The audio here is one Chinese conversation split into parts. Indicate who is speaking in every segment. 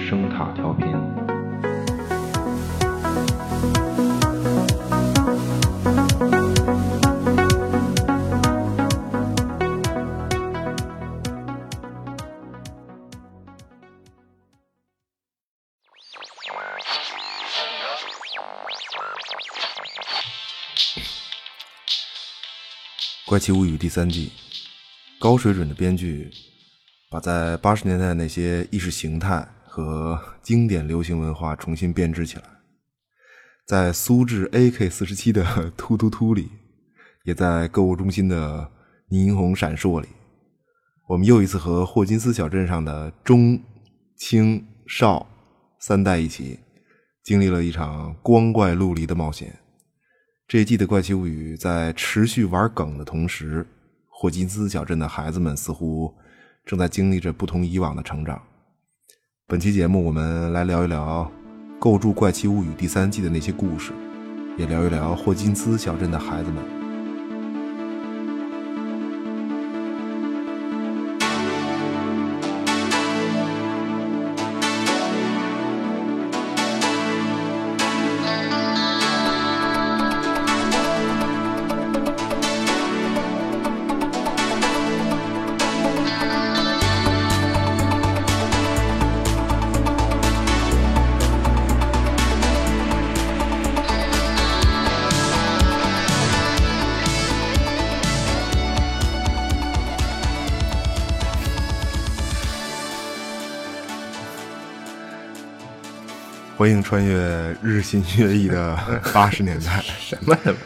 Speaker 1: 声塔调频。
Speaker 2: 《怪奇物语》第三季，高水准的编剧把在八十年代那些意识形态和经典流行文化重新编制起来，在苏制 AK 四十七的 突突突里，也在购物中心的霓虹闪烁里，我们又一次和霍金斯小镇上的中、青、少三代一起，经历了一场光怪陆离的冒险。这一季的《怪奇物语》在持续玩梗的同时，霍金斯小镇的孩子们似乎正在经历着不同以往的成长。本期节目，我们来聊一聊构筑《怪奇物语》第三季的那些故事，也聊一聊霍金斯小镇的孩子们。欢迎穿越日新月异 的八十年代，
Speaker 3: 什么什么？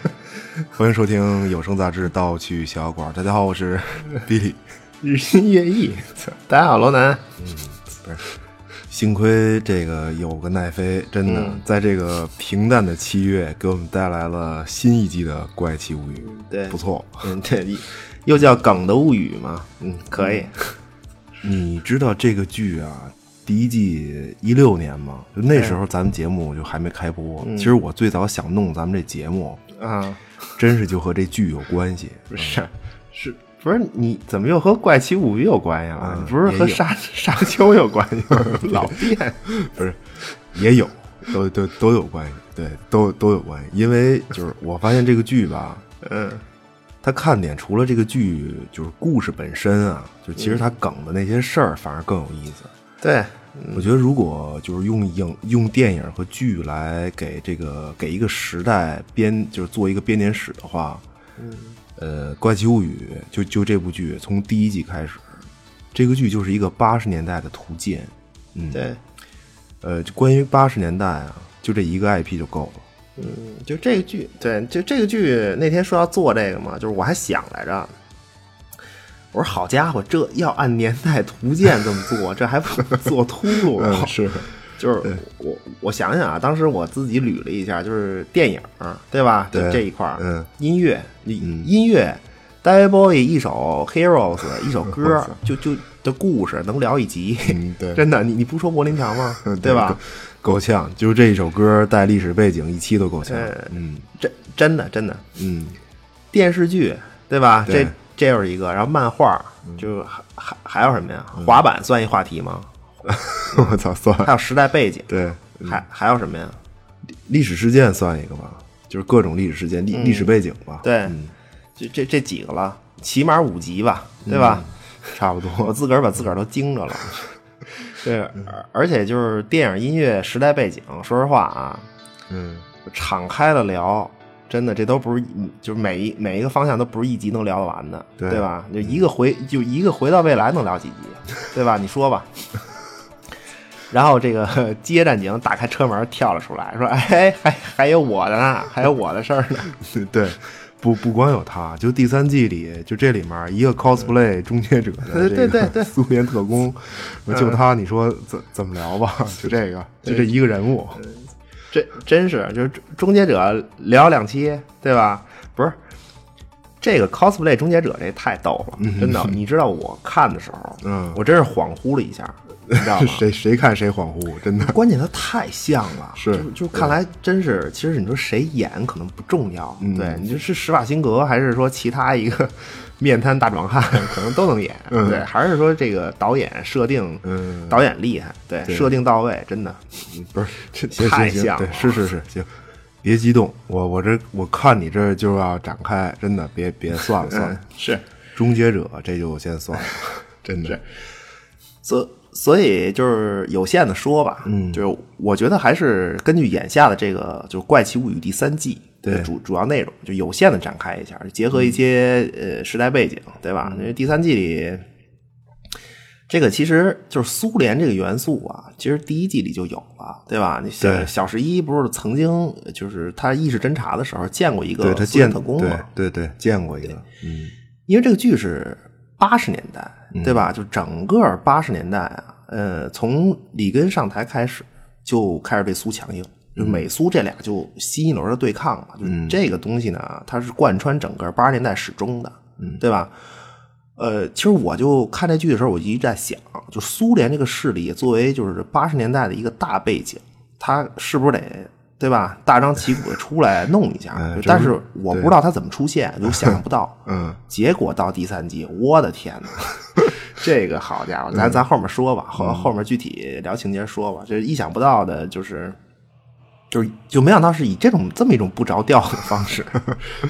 Speaker 2: 欢迎收听有声杂志《盗趣小药馆》。大家好，我是比利。
Speaker 3: 日新月异。操大家好，楼南。
Speaker 2: 嗯幸亏这个有个奈飞，真的、
Speaker 3: 嗯
Speaker 2: 在这个平淡的七月，给我们带来了新一季的《怪奇物语》，
Speaker 3: 对
Speaker 2: 不错。
Speaker 3: 嗯，这又叫梗的物语嘛？嗯，可以。
Speaker 2: 你知道这个剧啊，第一季一六年吗？就那时候咱们节目就还没开播。其实我最早想弄咱们这节目，
Speaker 3: 嗯啊，
Speaker 2: 真是就和这剧有关系。
Speaker 3: 不是，是不是？你怎么又和怪奇物语有关系了？
Speaker 2: 嗯
Speaker 3: 你不是和
Speaker 2: 也有
Speaker 3: 沙沙丘有关系吗？老变。
Speaker 2: 不是，也有，都都都有关系，对，都都有关系。因为就是我发现这个剧吧，
Speaker 3: 嗯
Speaker 2: 它看点除了这个剧就是故事本身啊，就其实它梗的那些事儿反而更有意思。
Speaker 3: 对，
Speaker 2: 我觉得如果就是用影用电影和剧来给这个给一个时代编，就是做一个编年史的话，呃，《怪奇物语》就就这部剧从第一季开始，这个剧就是一个八十年代的图鉴。嗯，
Speaker 3: 对，
Speaker 2: 呃，就关于八十年代啊，就这一个 IP 就够了。
Speaker 3: 嗯，就这个剧，对，就这个剧，那天说要做这个嘛，就是我还想来着，我说好家伙，这要按年代图鉴这么做，这还不做秃噜了？
Speaker 2: 嗯是，
Speaker 3: 就是我我想想啊，当时我自己捋了一下，就是电影对吧？
Speaker 2: 对
Speaker 3: 就这一块儿，
Speaker 2: 嗯，
Speaker 3: 音乐，音乐。David Bowie 一首《Heroes》一首歌，就就的故事能聊一集，
Speaker 2: 嗯对嗯
Speaker 3: 真的，你你不说柏林墙吗？对吧？
Speaker 2: 够？够呛，就是这一首歌带历史背景一期都够呛。
Speaker 3: 哎
Speaker 2: 嗯
Speaker 3: 真真的真的，
Speaker 2: 嗯，
Speaker 3: 电视剧，对吧？
Speaker 2: 对嗯
Speaker 3: 这这又是一个，然后漫画，就是还还还有什么呀？滑板算一话题吗？
Speaker 2: 我操，算了
Speaker 3: 还，有时代背景，
Speaker 2: 对，
Speaker 3: 还还有什么呀？
Speaker 2: 历史事件算一个吧，就是各种历史事件、历历史背景吧。
Speaker 3: 嗯对，
Speaker 2: 嗯
Speaker 3: 这这这几个了，起码五集吧，对吧？
Speaker 2: 嗯差不多。 嗯
Speaker 3: 我自个儿把自个儿都 惊着了。对，而而且就是电影、音乐、时代背景，说实话啊，
Speaker 2: 嗯，
Speaker 3: 敞开了聊，真的这都不是一，就是每一每一个方向都不是一集能聊得完的，
Speaker 2: 对
Speaker 3: 对吧？就一个回就一个回到未来能聊几 集，对吧？你说吧。然后这个 接战警打开车门跳了出来，说：“哎，还还有我的呢，还有我的事儿呢。
Speaker 2: 对，不不光有他，就第三季里，就这里面一个 cosplay 终结者的
Speaker 3: 嗯呃对对
Speaker 2: 这
Speaker 3: 对嗯
Speaker 2: 个 苏联特工，就他，你说怎怎么聊吧？就这个，就这一个人物。
Speaker 3: 这真是就是终终结者聊两期，对吧？不是这个 cosplay 终结者这太逗了，真的。你知道我看的时候，
Speaker 2: 嗯
Speaker 3: 我真是恍惚了一下，你知道吗？
Speaker 2: 谁谁看谁恍惚，真的。
Speaker 3: 关键它太像了，
Speaker 2: 是
Speaker 3: 就就看来真是，其实你说谁演可能不重要，
Speaker 2: 嗯
Speaker 3: 对，你就是施瓦辛格还是说其他一个 面瘫大壮汉，可能都能演，
Speaker 2: 嗯
Speaker 3: 对，还是说这个导演设定，
Speaker 2: 嗯
Speaker 3: 导演厉害，对，
Speaker 2: 对
Speaker 3: 设定到位，真的，
Speaker 2: 不是，这
Speaker 3: 太
Speaker 2: 行行行，
Speaker 3: 像
Speaker 2: 对，
Speaker 3: 了
Speaker 2: 是是是，行，别激动，我我这我看你这就要展开，真的，别别算了算了，
Speaker 3: 是，
Speaker 2: 终结者这就先算了，真的，
Speaker 3: 所所以就是有限的说吧，嗯，就是我觉得还是根据眼下的这个就是《怪奇物语》第三季
Speaker 2: 对嗯
Speaker 3: 的主主要内容，就有限的展开一下，结合一些、呃时代背景，对吧？因为第三季里。这个其实就是苏联这个元素啊，其实第一季里就有了，对吧？你小
Speaker 2: 对
Speaker 3: 小十一不是曾经就是他意识侦查的时候见过一个
Speaker 2: 对他
Speaker 3: 苏联
Speaker 2: 见
Speaker 3: 特工
Speaker 2: 对
Speaker 3: 嘛，
Speaker 2: 对对见过一个，嗯，
Speaker 3: 因为这个剧是八十年代，对吧？就整个八十年代啊，呃，从里根上台开始就开始对苏强硬，就
Speaker 2: 嗯
Speaker 3: 美苏这俩就新一轮的对抗嘛。就是这个东西呢，它是贯穿整个八十年代始终的，
Speaker 2: 嗯
Speaker 3: 对吧？呃，其实我就看这剧的时候，我就一直在想，就苏联这个势力作为就是八十年代的一个大背景，它是不是得对吧？大张旗鼓的出来弄一下
Speaker 2: 哎，
Speaker 3: 就
Speaker 2: 这
Speaker 3: 但
Speaker 2: 不是
Speaker 3: 是我不知道它怎么出 现，就想象不到。
Speaker 2: 嗯，
Speaker 3: 结果到第三季，我的天哪！这个好家伙，咱咱后面说吧，后后面具体聊情节说吧。这意想不到的就是，就是就没想到是以这种这么一种不着调的方式，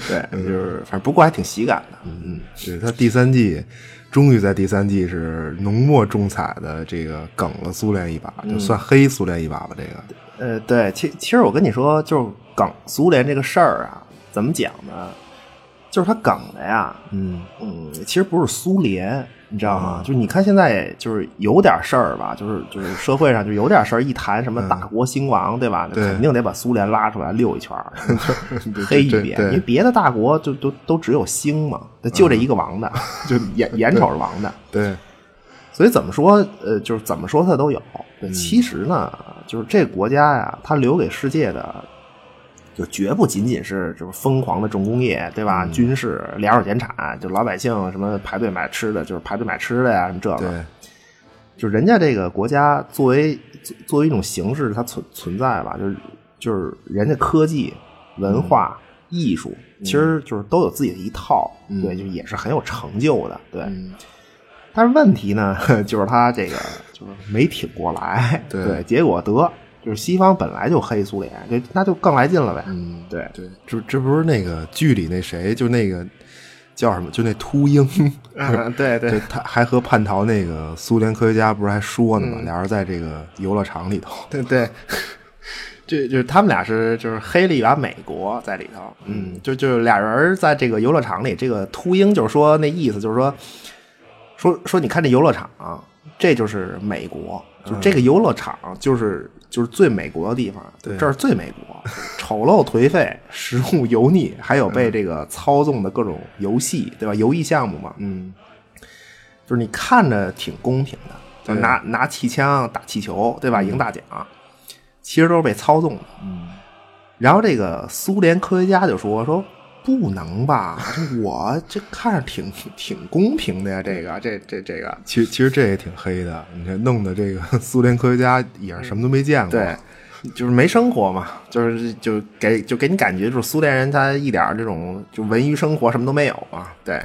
Speaker 3: 对，就是反正不过还挺喜感的，嗯，
Speaker 2: 对他第三季。终于在第三季是浓墨重彩的这个梗了苏联一把，就算黑苏联一把吧。这个，
Speaker 3: 呃，嗯对，其其实我跟你说，就是梗苏联这个事儿啊，怎么讲呢？就是它梗的呀，
Speaker 2: 嗯
Speaker 3: 嗯，其实不是苏联，你知道吗？就是你看现在就是有点事儿吧，就是就是社会上就有点事儿，一谈什么大国兴亡，对吧？
Speaker 2: 嗯对
Speaker 3: 肯定得把苏联拉出来溜一圈儿，黑一 遍，
Speaker 2: 对嗯
Speaker 3: 因为别的大国就都都只有兴嘛，就这一个 亡的，就眼眼瞅着亡的。
Speaker 2: 对，
Speaker 3: 所以怎么说，呃，就是怎么说它都有。
Speaker 2: 嗯
Speaker 3: 对其实呢，就是这个国家呀，它留给世界的，就绝不仅仅是就是疯狂的重工业，对
Speaker 2: 嗯
Speaker 3: 吧？军事、粮食减产，就老百姓什么排队买吃的，就是排队买吃的呀，什么这个。
Speaker 2: 对，
Speaker 3: 就是人家这个国家作为作作为一种形式，它存存在吧，就是就是人家科技、文化、艺术，其实就是都有自己的一套，
Speaker 2: 嗯
Speaker 3: 对，就也是很有成就的，对。
Speaker 2: 嗯
Speaker 3: 但是问题呢， 就是他这个就是没挺过来，
Speaker 2: 对
Speaker 3: 结果得就是西方本来就黑苏联，就那就更来劲了呗，
Speaker 2: 嗯，
Speaker 3: 对
Speaker 2: 对，这这不是那个剧里那谁，就那个叫什么，就那秃鹰，
Speaker 3: 嗯对对
Speaker 2: 就他还和叛逃那个苏联科学家不是还说呢吗？俩人在这个游乐场里头，
Speaker 3: 嗯对对， 就就是他们俩是就是黑了一把美国在里头，嗯，就就俩人在这个游乐场里，这个秃鹰就是说那意思就是说，说说你看这游乐场，这就是美国，就这个游乐场就是就是最美国的地方，
Speaker 2: 对
Speaker 3: 这儿最美国，丑陋颓废，食物油腻，还有被这个操纵的各种游戏，对吧？游艺项目嘛，
Speaker 2: 嗯，
Speaker 3: 就是你看着挺公平的，就
Speaker 2: 对
Speaker 3: 是拿拿气枪打气球，对吧？赢大奖，其实都是被操纵的。嗯。然后这个苏联科学家就说说不能吧， 这我这看着挺挺公平的呀，这个这这这个。
Speaker 2: 其实其实这也挺黑的，你看弄的这个 苏联科学家也是什么都没见过，
Speaker 3: 对，就是没生活嘛，就是就给就给你感觉就是苏联人他一点儿这种就文娱生活什么都没有啊，对。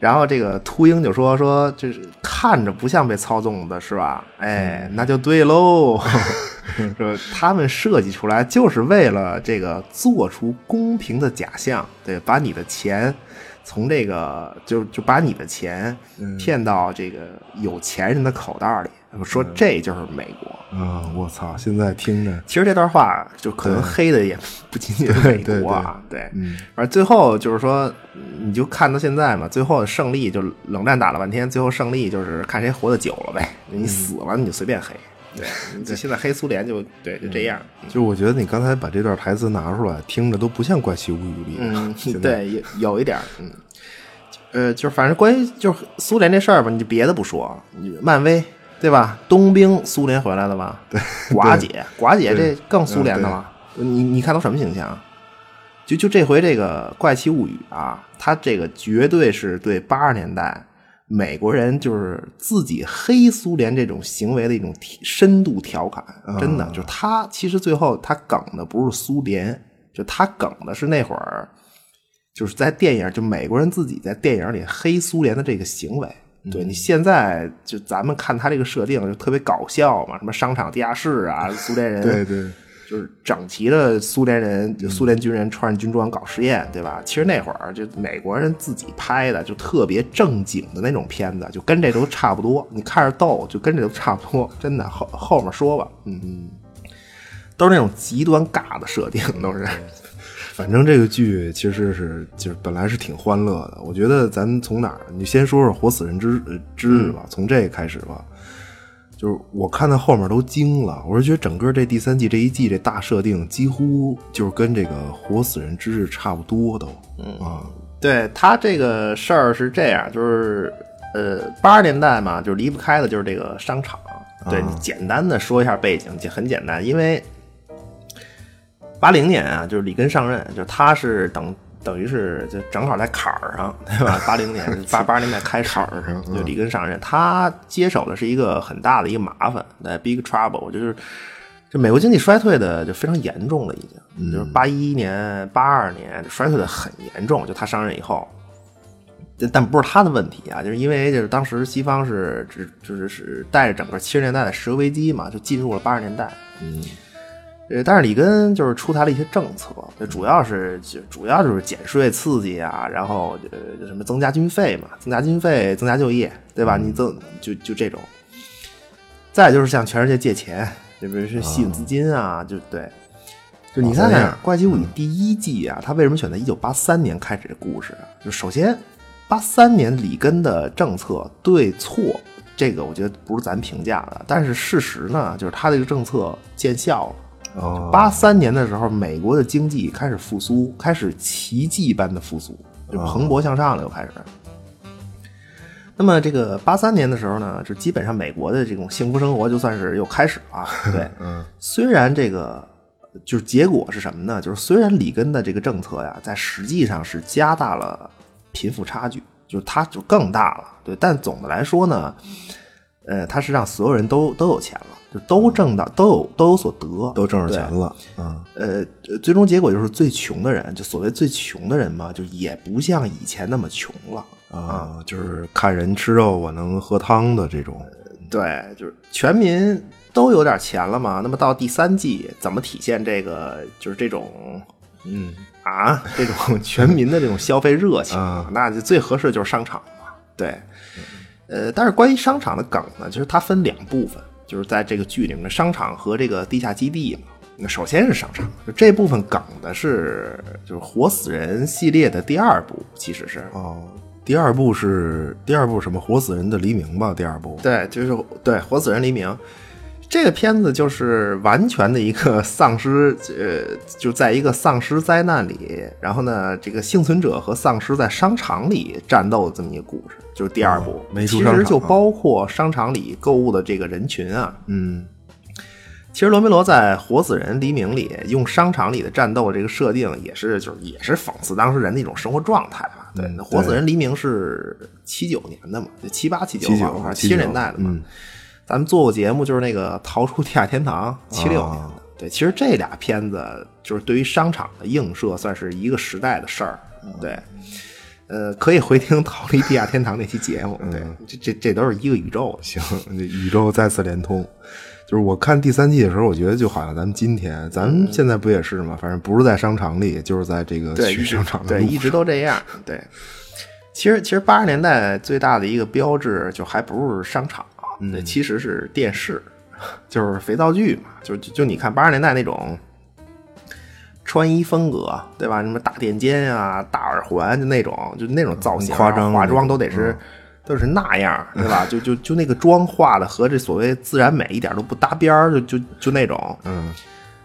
Speaker 3: 然后这个秃鹰就说说，就是看着不像被操纵的是吧？哎，
Speaker 2: 嗯
Speaker 3: 那就对喽。 说他们设计出来就是为了这个做出公平的假象，对，把你的钱从这个就就把你的钱
Speaker 2: 嗯
Speaker 3: 骗到这个有钱人的口袋里。说
Speaker 2: 嗯
Speaker 3: 这就是美国，
Speaker 2: 啊，我操，现在听着，
Speaker 3: 其实这段话就可能黑的也不仅仅是美国啊，对，
Speaker 2: 嗯
Speaker 3: 而最后就是说，你就看到现在嘛，最后胜利就冷战打了半天，最后胜利就是看谁活得久了呗，你死了你就随便黑，嗯对，你就现在黑苏联就对就这样，
Speaker 2: 就我觉得你刚才把这段台词拿出来，听着都不像《怪奇物语》里的，
Speaker 3: 嗯
Speaker 2: 现，在
Speaker 3: 对，有有一点儿，嗯，呃，就反正关于就是苏联这事儿吧，你就别的不说，你漫威对吧？冬兵苏联回来了吧？对，寡姐，寡姐这更苏联的了。你你看到什么形象？就就这回这个《怪奇物语》啊，它这个绝对是对八十年代美国人就是自己黑苏联这种行为的一种提深度调侃，真的、就是他其实最后他梗的不是苏联，就他梗的是那会儿就是在电影就美国人自己在电影里黑苏联的这个行为。对你现在就咱们看他这个设定就特别搞笑嘛，什么商场地下室啊，苏联人
Speaker 2: 对对，
Speaker 3: 就是整齐的苏联人、就苏联军人穿着军装搞实验，对吧？其实那会儿就美国人自己拍的，就特别正经的那种片子，就跟这都差不多。你看着逗，就跟这都差不多，真的。后 后面说吧，嗯，都是那种极端尬的设定，都是。
Speaker 2: 反正这个剧其实是就是本来是挺欢乐的，我觉得咱从哪儿，你先说说《活死人之呃之日》
Speaker 3: 嗯
Speaker 2: 吧，从这开始吧。就是我看到后面都惊了，我是觉得整个这第三季这一季这大设定几乎就是跟这个《活死人之日》差不多都，啊，
Speaker 3: 嗯对他这个事儿是这样，就是呃八十年代嘛，就是离不开的就是这个商场。
Speaker 2: 啊
Speaker 3: 对你简单的说一下背景，就很简单，因为八零年啊，就是里根上任，就是他是等等于是就正好在坎儿上，对吧？八零年八八年代开始，坎上嗯就里根上任，他接手的是一个很大的一个麻烦，那 big trouble 就是。就美国经济衰退的就非常严重了，已经，就是八一年、八二年就衰退的很严重。就他上任以后，但但不是他的问题啊，就是因为就是当时西方是只就是是带着整个七十年代的石油危机嘛，就进入了八十年代。嗯，呃，但是里根就是出台了一些政策，就主要是就主要就是减税刺激啊，然后呃就什么增加军费嘛，增加军费，增加就业，对吧？你增就就这种。再就是向全世界借钱，就比如是吸引资金啊，就对。就你
Speaker 2: 老
Speaker 3: 看
Speaker 2: 三
Speaker 3: 看
Speaker 2: 样
Speaker 3: 《怪奇物语》第一季啊，他为什么选择一九八三年开始这故事啊？就首先，八三年里根的政策对错，这个我觉得不是咱评价的，但是事实呢，就是他这个政策见效了。
Speaker 2: 哦
Speaker 3: 八三年的时候，美国的经济开始复苏，开始奇迹般的复苏，就蓬勃向上了，又开始。那么这个八三年的时候呢，就基本上美国的这种幸福生活就算是又开始了。对，嗯，虽然这个就是结果是什么呢？就是虽然里根的这个政策呀，在实际上是加大了贫富差距，就是它就更大了。对，但总的来说呢，呃，它是让所有人都都有钱了，就都挣到都有都有所得，
Speaker 2: 都挣着
Speaker 3: 对
Speaker 2: 钱了，啊，
Speaker 3: 呃，最终结果就是最穷的人，就所谓最穷的人嘛，就也不像以前那么穷了。
Speaker 2: 啊，就是看人吃肉，我能喝汤的这种，
Speaker 3: 对，就是全民都有点钱了嘛。那么到第三季，怎么体现这个就是这种
Speaker 2: 嗯，
Speaker 3: 啊，这种 全民的这种消费热情，
Speaker 2: 啊
Speaker 3: 那就最合适就是商场嘛。对，呃，但是关于商场的梗呢，其实它分两部分，就是在这个剧里面，商场和这个地下基地嘛。那首先是商场，就这部分梗的是就是活死人系列的第二部，其实是
Speaker 2: 哦，第二部是第二部什么活死人的黎明吧？第二部，
Speaker 3: 对，就是对《活死人黎明》这个片子，就是完全的一个丧尸，呃，就在一个丧尸灾难里，然后呢，这个幸存者和丧尸在商场里战斗的这么一个故事，就是第二部。
Speaker 2: 哦没出
Speaker 3: 其
Speaker 2: 商
Speaker 3: 实
Speaker 2: 场
Speaker 3: 就
Speaker 2: 啊
Speaker 3: 包括商场里购物的这个人群啊。
Speaker 2: 嗯
Speaker 3: 其实罗梅罗在《活死人黎明》里用商场里的战斗这个设定，也是就是也是讽刺当时人的一种生活状态吧。对，
Speaker 2: 嗯
Speaker 3: 那《活死
Speaker 2: 对
Speaker 3: 人黎明》是七九年的嘛，就七八七九
Speaker 2: 79
Speaker 3: 吧，七十年代的嘛。
Speaker 2: 嗯
Speaker 3: 咱们做过节目，就是那个《逃出地下天堂》，七六
Speaker 2: 啊
Speaker 3: 年的。对，其实这俩片子就是对于商场的映射，算是一个时代的事儿。对，呃，可以回听《逃离地下天堂》那期节目。对，这这这都是一个宇宙。
Speaker 2: 行，这宇宙再次连通。就是我看第三季的时候，我觉得就好像咱们今天，咱
Speaker 3: 嗯
Speaker 2: 们现在不也是吗？反正不是在商场里，就是在这个
Speaker 3: 对，
Speaker 2: 去
Speaker 3: 一直
Speaker 2: 商场的
Speaker 3: 对，
Speaker 2: 路
Speaker 3: 一直都这 样。对，其实其实八十年代最大的一个标志，就还不是商场，对，
Speaker 2: 嗯
Speaker 3: 其实是电视， 就是肥皂剧嘛，就就就你看八十年代那种。穿衣风格，对吧？什么大垫肩啊、大耳环，就那种，就那种造型啊、
Speaker 2: 夸张的嗯
Speaker 3: 化妆都得是、都是那样，对吧？就就就那个妆化的和这所谓自然美一点都不搭边儿，就就就那种，
Speaker 2: 嗯，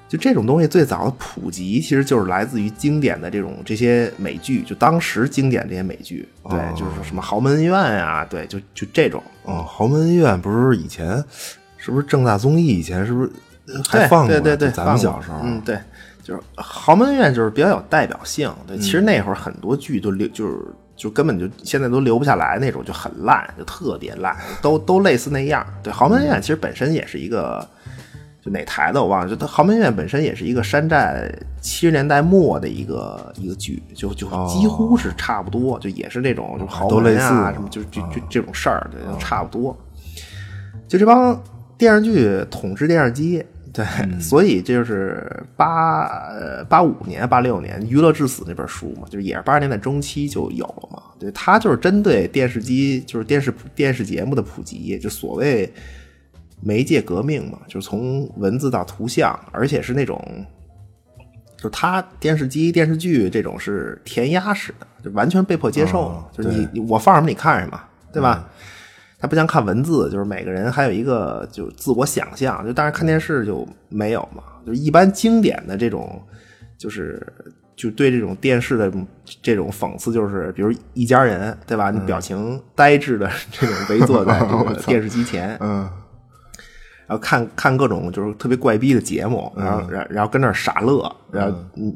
Speaker 3: 就这种东西最早的普及，其实就是来自于经典的这种这些美剧，就当时经典这些美剧，对，就是说什么豪门恩怨啊，对，就就这种，
Speaker 2: 哦，豪门恩怨不是以前，是不是正大综艺以前是不是还
Speaker 3: 对
Speaker 2: 放过
Speaker 3: 对
Speaker 2: 呀？
Speaker 3: 对对，
Speaker 2: 就咱们
Speaker 3: 放过
Speaker 2: 小时候，
Speaker 3: 嗯，对，
Speaker 2: 嗯
Speaker 3: 就是豪门恩怨就是比较有代表性，对，其实那会儿很多剧都流就是就根本就现在都留不下来那种，就很烂，就特别烂，都都类似那样。对，豪门院其实本身也是一个，就哪台的我忘了，就它豪门院本身也是一个山寨七十年代末的一个一个剧，就就几乎是差不多，就也是这种就豪
Speaker 2: 哦都类
Speaker 3: 门
Speaker 2: 似嗯
Speaker 3: 啊
Speaker 2: 嘛
Speaker 3: 什么，就就就这种事儿，对，就差不多。就这帮电视剧统治电视机，对，
Speaker 2: 嗯
Speaker 3: 所以这就是八呃八五年八六年《娱乐至死》那本书嘛，就是也是八十年代中期就有了嘛。对，它就是针对电视机，就是电视电视节目的普及，就所谓媒介革命嘛，就是从文字到图像，而且是那种。就是它电视机、电视剧这种是填鸭式的，就完全被迫接受嘛。
Speaker 2: 哦
Speaker 3: 就是
Speaker 2: 对嗯
Speaker 3: 你你我放什么你看什么，对吧？它不像看文字，就是每个人还有一个就自我想象，就但是看电视就没有嘛。就一般经典的这种，就是就对这种电视的这种讽刺，就是比如一家人，对吧？
Speaker 2: 嗯
Speaker 3: 你表情呆滞的 这种围 坐在这个电视机前，
Speaker 2: 嗯，
Speaker 3: 然后看看各种就是特别怪逼的节目，然后然后然后跟那儿傻乐，然后嗯，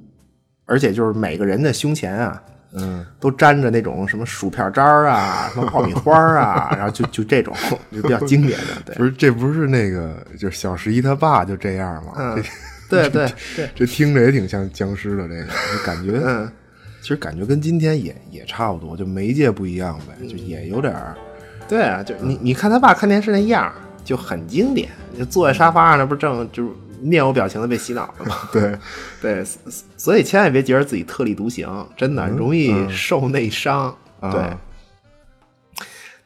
Speaker 3: 而且就是每个人的胸前啊，
Speaker 2: 嗯，
Speaker 3: 都沾着那种什么薯片渣儿啊， 什么爆米花儿啊， 然后就就这种就比较经典的， 对
Speaker 2: 不是，这不是那个，就是小十一他爸就这样吗？
Speaker 3: 嗯
Speaker 2: 这
Speaker 3: 对对对，
Speaker 2: 这听着也挺像僵尸的，这个就感觉，
Speaker 3: 嗯
Speaker 2: 其实感觉跟今天也也差不多，就媒介不一样呗，就也有点儿，
Speaker 3: 对啊，就你你看他爸看电视那样儿就很经典，就坐在沙发上那不是正就是面无表情的被洗脑了吗？
Speaker 2: 对，
Speaker 3: 对，所所以千万别觉得自己特立独行，真的容易受内伤。
Speaker 2: 啊
Speaker 3: 嗯对，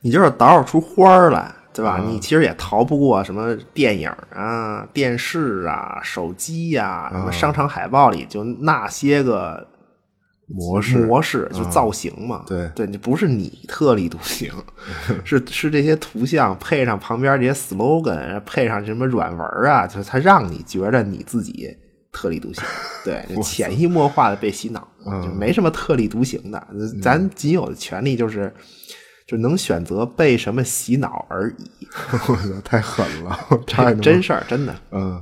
Speaker 3: 你就是倒饬出花儿来，对吧？
Speaker 2: 嗯
Speaker 3: 你其实也逃不过什么电影啊、电视啊、手机呀、
Speaker 2: 嗯
Speaker 3: 什么商场海报里就那些个
Speaker 2: 模式嗯
Speaker 3: 模式就造型嘛。
Speaker 2: 对
Speaker 3: 对，你不是你特立独行，是是这些图像配上旁边这些 slogan，配上什么软文儿啊，就它让你觉得你自己特立独行，对，就潜移默化的被洗脑，就没什么特立独行的，咱仅有的权利就是。就能选择被什么洗脑而已，
Speaker 2: 我操，太狠了，
Speaker 3: 这
Speaker 2: 太
Speaker 3: 是真事儿，真的。
Speaker 2: 嗯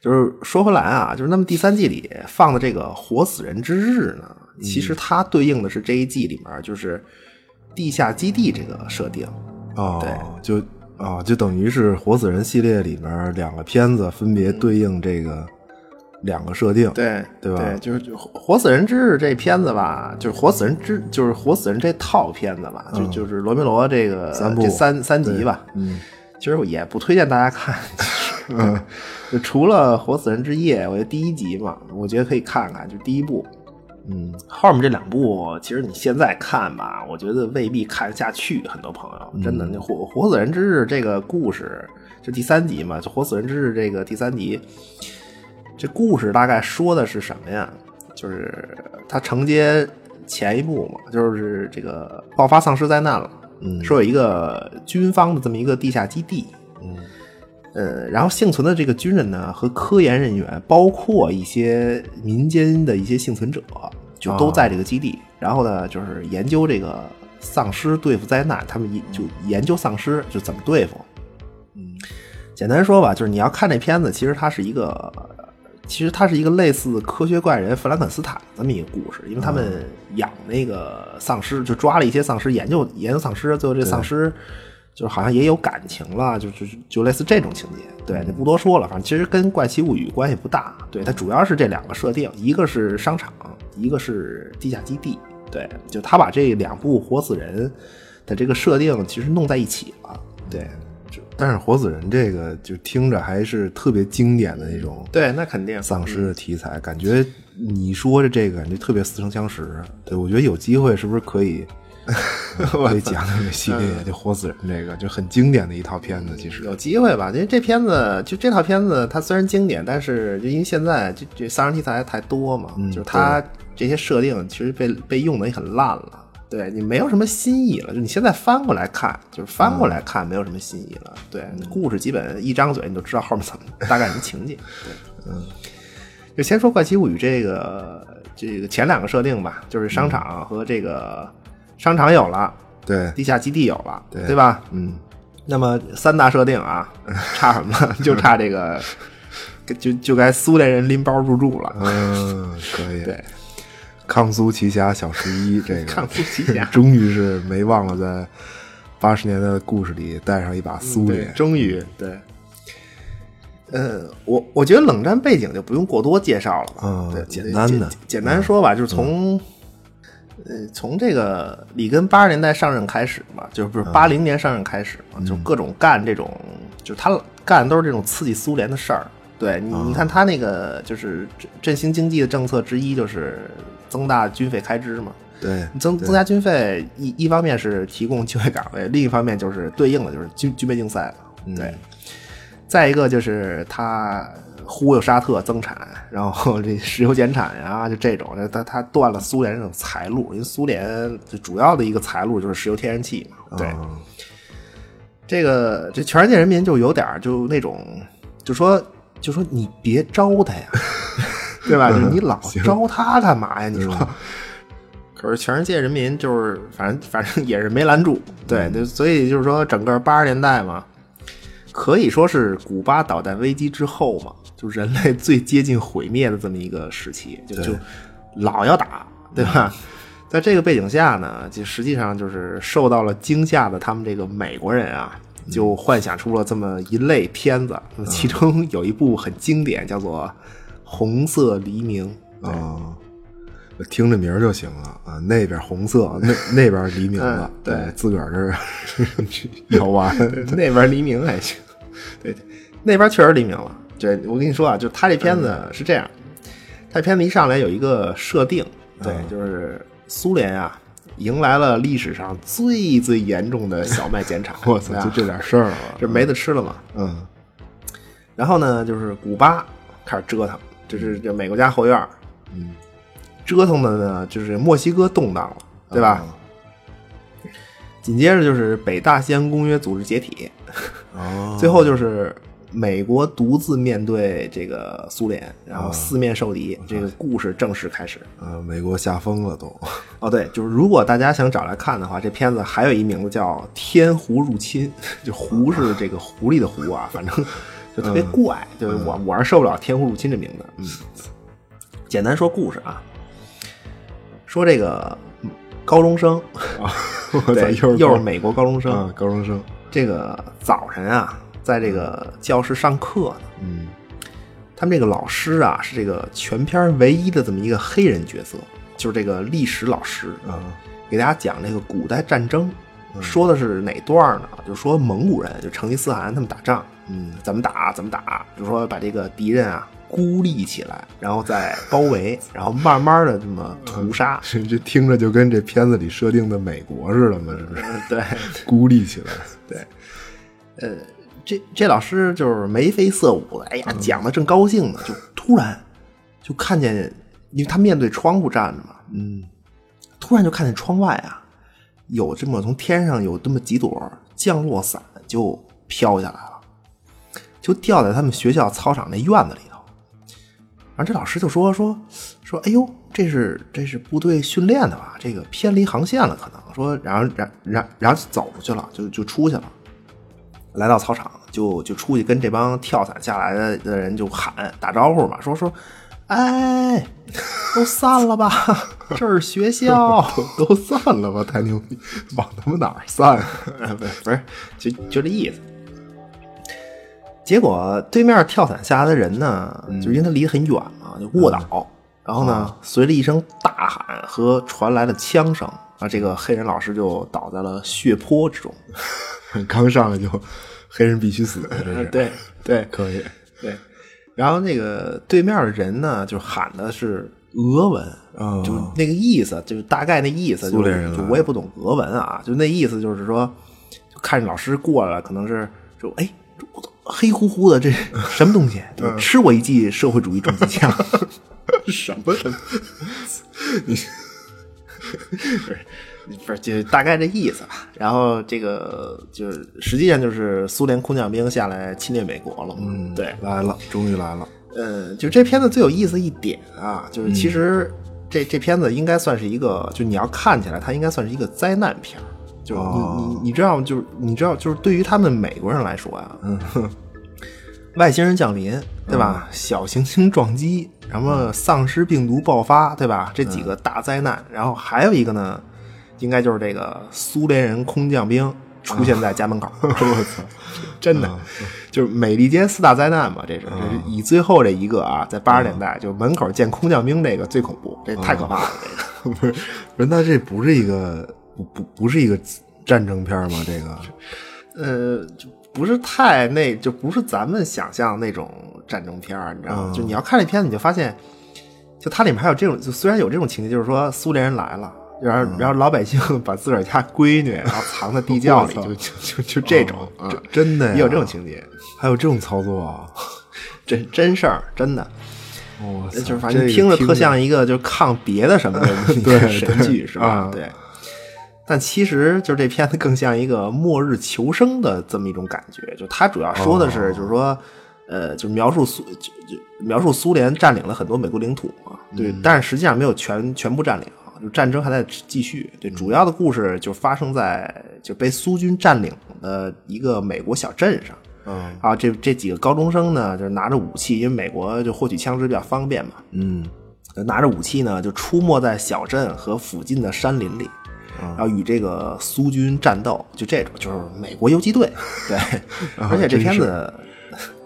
Speaker 3: 就是说回来啊，就是那么第三季里放的这个《活死人之日》呢，其实它对应的是这一季里面就是地下基地这个设定。
Speaker 2: 哦，就啊、就等于是《活死人》系列里面两个片子分别对应这个两个设定，
Speaker 3: 对
Speaker 2: 对吧
Speaker 3: 就是就活《活死人之日》这片子吧，就是《活死人之》就是《活死人》这套片子吧，就就是罗梅罗这个
Speaker 2: 嗯三部
Speaker 3: 这三三集吧。
Speaker 2: 嗯，
Speaker 3: 其实我也不推荐大家看， 其实对就除了《活死人之夜》，我觉得第一集嘛，我觉得可以看看，就第一部。
Speaker 2: 嗯，
Speaker 3: 后面这两部，其实你现在看吧，我觉得未必看得下去。很多朋友
Speaker 2: 嗯
Speaker 3: 真的，那活《活死人之日》这个故事，就第三集嘛，就《活死人之日》这个第三集，这故事大概说的是什么呀？就是他承接前一部嘛，就是这个爆发丧尸灾难了，
Speaker 2: 嗯
Speaker 3: 说有一个军方的这么一个地下基地，
Speaker 2: 嗯，
Speaker 3: 呃，然后幸存的这个军人呢和科研人员，包括一些民间的一些幸存者，就都在这个基地。然后呢，就是研究这个丧尸对付灾难，他们一就研究丧尸就怎么对付。
Speaker 2: 嗯，
Speaker 3: 简单说吧，就是你要看这片子，其实它是一个，其实它是一个类似科学怪人弗兰肯斯坦这么一个故事，因为他们养那个丧尸，就抓了一些丧尸，研究研究丧尸，最后这丧尸就是好像也有感情了，就就就类似这种情节。对，就不多说了，反正其实跟《怪奇物语》关系不大。对，它主要是这两个设定，一个是商场，一个是地下基地。对，就他把这两部活死人的这个设定其实弄在一起了。对，
Speaker 2: 就但是《活死人》这个就听着还是特别经典的那种
Speaker 3: 对，那肯定嗯
Speaker 2: 丧尸的题材，感觉你说的这个感觉特别似曾相识。对，我觉得有机会是不是可 以嗯可以讲讲这系列，就《活死人》这个就很经典的一套片子，其实
Speaker 3: 有机会吧，因为这片子就这套片子，它虽然经典，但是就因为现在这这丧尸题材太多嘛，就是它这些设定其实被被用的也很烂了，对你没有什么新意了。就你现在翻过来看，就是翻过来看，没有什么新意了。对，故事基本一张嘴你就知道后面怎么大概什么情节。 对，嗯，就先说《怪奇物语》这个这个前两个设定吧，就是商场和这个商场有了，
Speaker 2: 对，
Speaker 3: 地下基地有了，
Speaker 2: 对
Speaker 3: 对吧？
Speaker 2: 嗯，
Speaker 3: 那么三大设定啊， 差什么呢？就差这个，就就该苏联人拎包入住了。
Speaker 2: 嗯，可以，
Speaker 3: 对，
Speaker 2: 康苏奇侠小十一，这
Speaker 3: 看
Speaker 2: 个。
Speaker 3: 不起呀
Speaker 2: 终于是没忘了在八十年代的故事里带上一把苏
Speaker 3: 嗯对，
Speaker 2: 联。嗯
Speaker 3: 终于对。呃，我我觉得冷战背景就不用过多介绍了吧，
Speaker 2: 嗯
Speaker 3: 对，
Speaker 2: 简单的嗯
Speaker 3: 简简单说吧，就是从、呃从这个里根八十年代上任开始嘛，就是不是
Speaker 2: 啊
Speaker 3: 八零年上任开始嘛，
Speaker 2: 嗯
Speaker 3: 就各种干这种，就是他干的都是这种刺激苏联的事儿。对你，
Speaker 2: 啊
Speaker 3: 你看他那个就是振振兴经济的政策之一就是增大军费开支嘛，
Speaker 2: 对，
Speaker 3: 增增加军费一一方面是提供就业岗位，另一方面就是对应的就是军军备竞赛
Speaker 2: 嗯
Speaker 3: 了。对，再一个就是他忽悠沙特增产，然后这石油减产呀、就这种，他他断了苏联这种财路，因为苏联最主要的一个财路就是石油天然气嘛。对，
Speaker 2: 嗯
Speaker 3: 这个这全世界人民就有点儿就那种，就说就说你别招 他呀，对吧？就是你老招他干嘛呀？你说。可是全世界人民就是，反正 反正也是没拦住，对，就所以就是说，整个八十年代嘛，可以说是古巴导弹危机之后嘛，就人类最接近毁灭的这么一个时期，就就老要打，对吧？在这个背景下呢，就实际上就是受到了惊吓的他们这个美国人啊，就幻想出了这么一类片子，其中有一部很经典，叫做《红色黎明》。
Speaker 2: 啊，我听着名儿就行了啊。那边红色，那那边黎明了，
Speaker 3: 嗯对
Speaker 2: 自个儿 这游 玩。
Speaker 3: 那边黎明还行，对，那边确实黎明了。这我跟你说啊，就他这片子
Speaker 2: 嗯
Speaker 3: 是这样，他片子一上来有一个设定，对，
Speaker 2: 嗯
Speaker 3: 就是苏联啊迎来了历史上最最严重的小麦减 产，
Speaker 2: 我操，就这点事儿了。
Speaker 3: 这没得吃了嘛。
Speaker 2: 嗯
Speaker 3: 然后呢，就是古巴开始折腾，就是这美国家后院儿
Speaker 2: 嗯，
Speaker 3: 折腾的呢，就是墨西哥动荡了，对
Speaker 2: 嗯
Speaker 3: 吧？哦紧接着就是北大西洋公约组织解体，
Speaker 2: 哦，
Speaker 3: 最后就是美国独自面对这个苏联，然后四面受敌，这个故事正式开始。
Speaker 2: 呃，美国吓疯 了都。
Speaker 3: 哦，对，就是如果大家想找来看的话，这片子还有一名字叫《天狐入侵》， 就狐是这个狐狸的狐啊，反正就特别怪，就是我我是受不了“天狐入侵”这名字。嗯，简单说故事啊，说这个嗯高中生，
Speaker 2: 我操，
Speaker 3: 对，
Speaker 2: 又
Speaker 3: 又是
Speaker 2: 美
Speaker 3: 美国高中嗯生，
Speaker 2: 啊，高中生。
Speaker 3: 这个早晨啊，在这个教室上课呢。
Speaker 2: 嗯
Speaker 3: 他们这个老师啊，是这个全片唯一的这么一个黑人角色，就是这个历史老师，
Speaker 2: 啊，
Speaker 3: 给大家讲这个古代战争，说的是哪段呢？就说蒙古人，就成吉思汗他们打仗，
Speaker 2: 嗯
Speaker 3: 怎么打怎么打，就说把这个敌人啊孤立起来，然后再包围，然后慢慢的这么屠杀。
Speaker 2: 这这听着就跟这片子里设定的美国似的嘛，这不是
Speaker 3: 对，
Speaker 2: 孤立起来？
Speaker 3: 这这老师就是眉飞色舞的，哎呀，讲的正高兴呢，就突然就看见，因为他面对窗户站着嘛，
Speaker 2: 嗯，
Speaker 3: 突然就看见窗外啊，有这么从天上有这么几朵降落伞就飘下来了，就掉在他们学校操场那院子里头。然后这老师就说说说，哎呦，这是这是部队训练的吧？这个偏离航线了，可能说，然后然然然后就走出去了，就就出去了。来到操场，就就出去跟这帮跳伞下来的的人就喊打招呼嘛，说说，哎，都散了吧， 这是学校，
Speaker 2: 都散了吧，太牛逼，往他们哪儿散啊？
Speaker 3: 不是不是，就就这意思。结果对面跳伞下来的人呢，
Speaker 2: 嗯
Speaker 3: 就因为他离得很远嘛，就卧倒。然后
Speaker 2: 啊
Speaker 3: 呢，随着一声大喊和传来的枪声，啊，这个黑人老师就倒在了血泊之中。
Speaker 2: 刚上来就黑人必须死，啊这是
Speaker 3: 对对
Speaker 2: 可以。
Speaker 3: 对。然后那个对面的人呢，就喊的是俄文，
Speaker 2: 哦
Speaker 3: 就那个意思，就大概那意思，就
Speaker 2: 苏联人来啊
Speaker 3: 就我也不懂俄文啊，就那意思就是说，就看着老师过来了，可能是说，哎，这我操黑乎乎的这 什么东西，就吃我一记社会主义重机枪，
Speaker 2: 嗯什么什么？
Speaker 3: 不是，就大概这意思吧。然后这个就是实际上就是苏联空降兵下来侵略美国了嘛，
Speaker 2: 嗯
Speaker 3: 对，
Speaker 2: 来了，终于来了。
Speaker 3: 呃，就这片子最有意思一点啊，就是其实这、这片子应该算是一个，就你要看起来它应该算是一个灾难片儿。就是你、
Speaker 2: 哦
Speaker 3: 你你知道吗，就是你知道，就是对于他们美国人来说啊，嗯，外星人降临，对吧？小行星撞击，然后丧尸病毒爆发，对吧？这几个大灾难，然后还有一个呢，应该就是这个苏联人空降兵出现在家门口，
Speaker 2: 我操，
Speaker 3: 真的，就是美利坚四大灾难嘛，这是，这是以最后这一个啊，在八十年代就门口见空降兵这个最恐怖，这太可怕了，这个。
Speaker 2: 不是，不是那这不是一个不不不是一个战争片吗？这 个
Speaker 3: 呃，就不是太那，就不是咱们想象那种战争片儿，你知道吗？就你要看这片子，你就发现，就它里面还有这种，就虽然有这种情节，就是说苏联人来了。然后，然后老百姓把自个儿家闺女，然后藏在地窖 里，
Speaker 2: 我操
Speaker 3: 就就就就这种啊，
Speaker 2: 真真的呀
Speaker 3: 也有这种情节，
Speaker 2: 还有这种操作 啊！
Speaker 3: 真真事儿，真的，
Speaker 2: 我操，
Speaker 3: 就是反正
Speaker 2: 这个
Speaker 3: 听着特
Speaker 2: 着
Speaker 3: 像一个就是抗别的什么的
Speaker 2: 对对
Speaker 3: 神剧是吧
Speaker 2: 啊？
Speaker 3: 对，但其实就这片子更像一个末日求生的这么一种感觉，就它主要说的
Speaker 2: 哦
Speaker 3: 是就是说，呃，就描述苏就就描述苏联占领了很多美国领土嘛，对，
Speaker 2: 嗯
Speaker 3: 但是实际上没有全全部占领。啊就战争还在继续，对，主要的故事就发生在就被苏军占领的一个美国小镇上，
Speaker 2: 嗯
Speaker 3: 啊，这这几个高中生呢，就是拿着武器，因为美国就获取枪支比较方便嘛，
Speaker 2: 嗯
Speaker 3: 就拿着武器呢，就出没在小镇和附近的山林里，然后与这个苏军战斗，就这种，就是美国游击队。对，而且这片子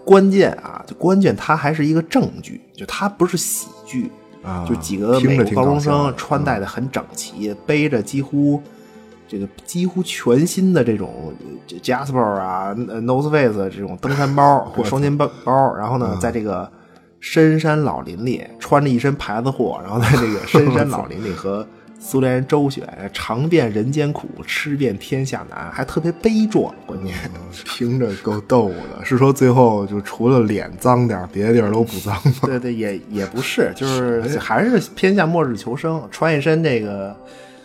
Speaker 3: 关键啊，就关键它还是一个正剧，就它不是喜剧
Speaker 2: 啊
Speaker 3: 就几个
Speaker 2: 听
Speaker 3: 美
Speaker 2: 着
Speaker 3: 国
Speaker 2: 挺
Speaker 3: 高中
Speaker 2: 搞笑
Speaker 3: 生
Speaker 2: 的嗯
Speaker 3: 穿戴的很整齐，背着几乎。这个几乎全新的这种这 Jasper 啊、呃 Nose Face 这种登山 包、双肩包包，然后
Speaker 2: 嗯
Speaker 3: 呢，在这个深山老林里穿着一身牌子货，然后在这个深山老林里和苏联人周旋，尝遍人间苦，吃遍天下难，还特别悲壮，关键。
Speaker 2: 听着够逗的。是说最后就除了脸脏点儿，别的地儿都不脏吗？
Speaker 3: 对对，也也不是，就是还是偏向末日求生，穿一身这个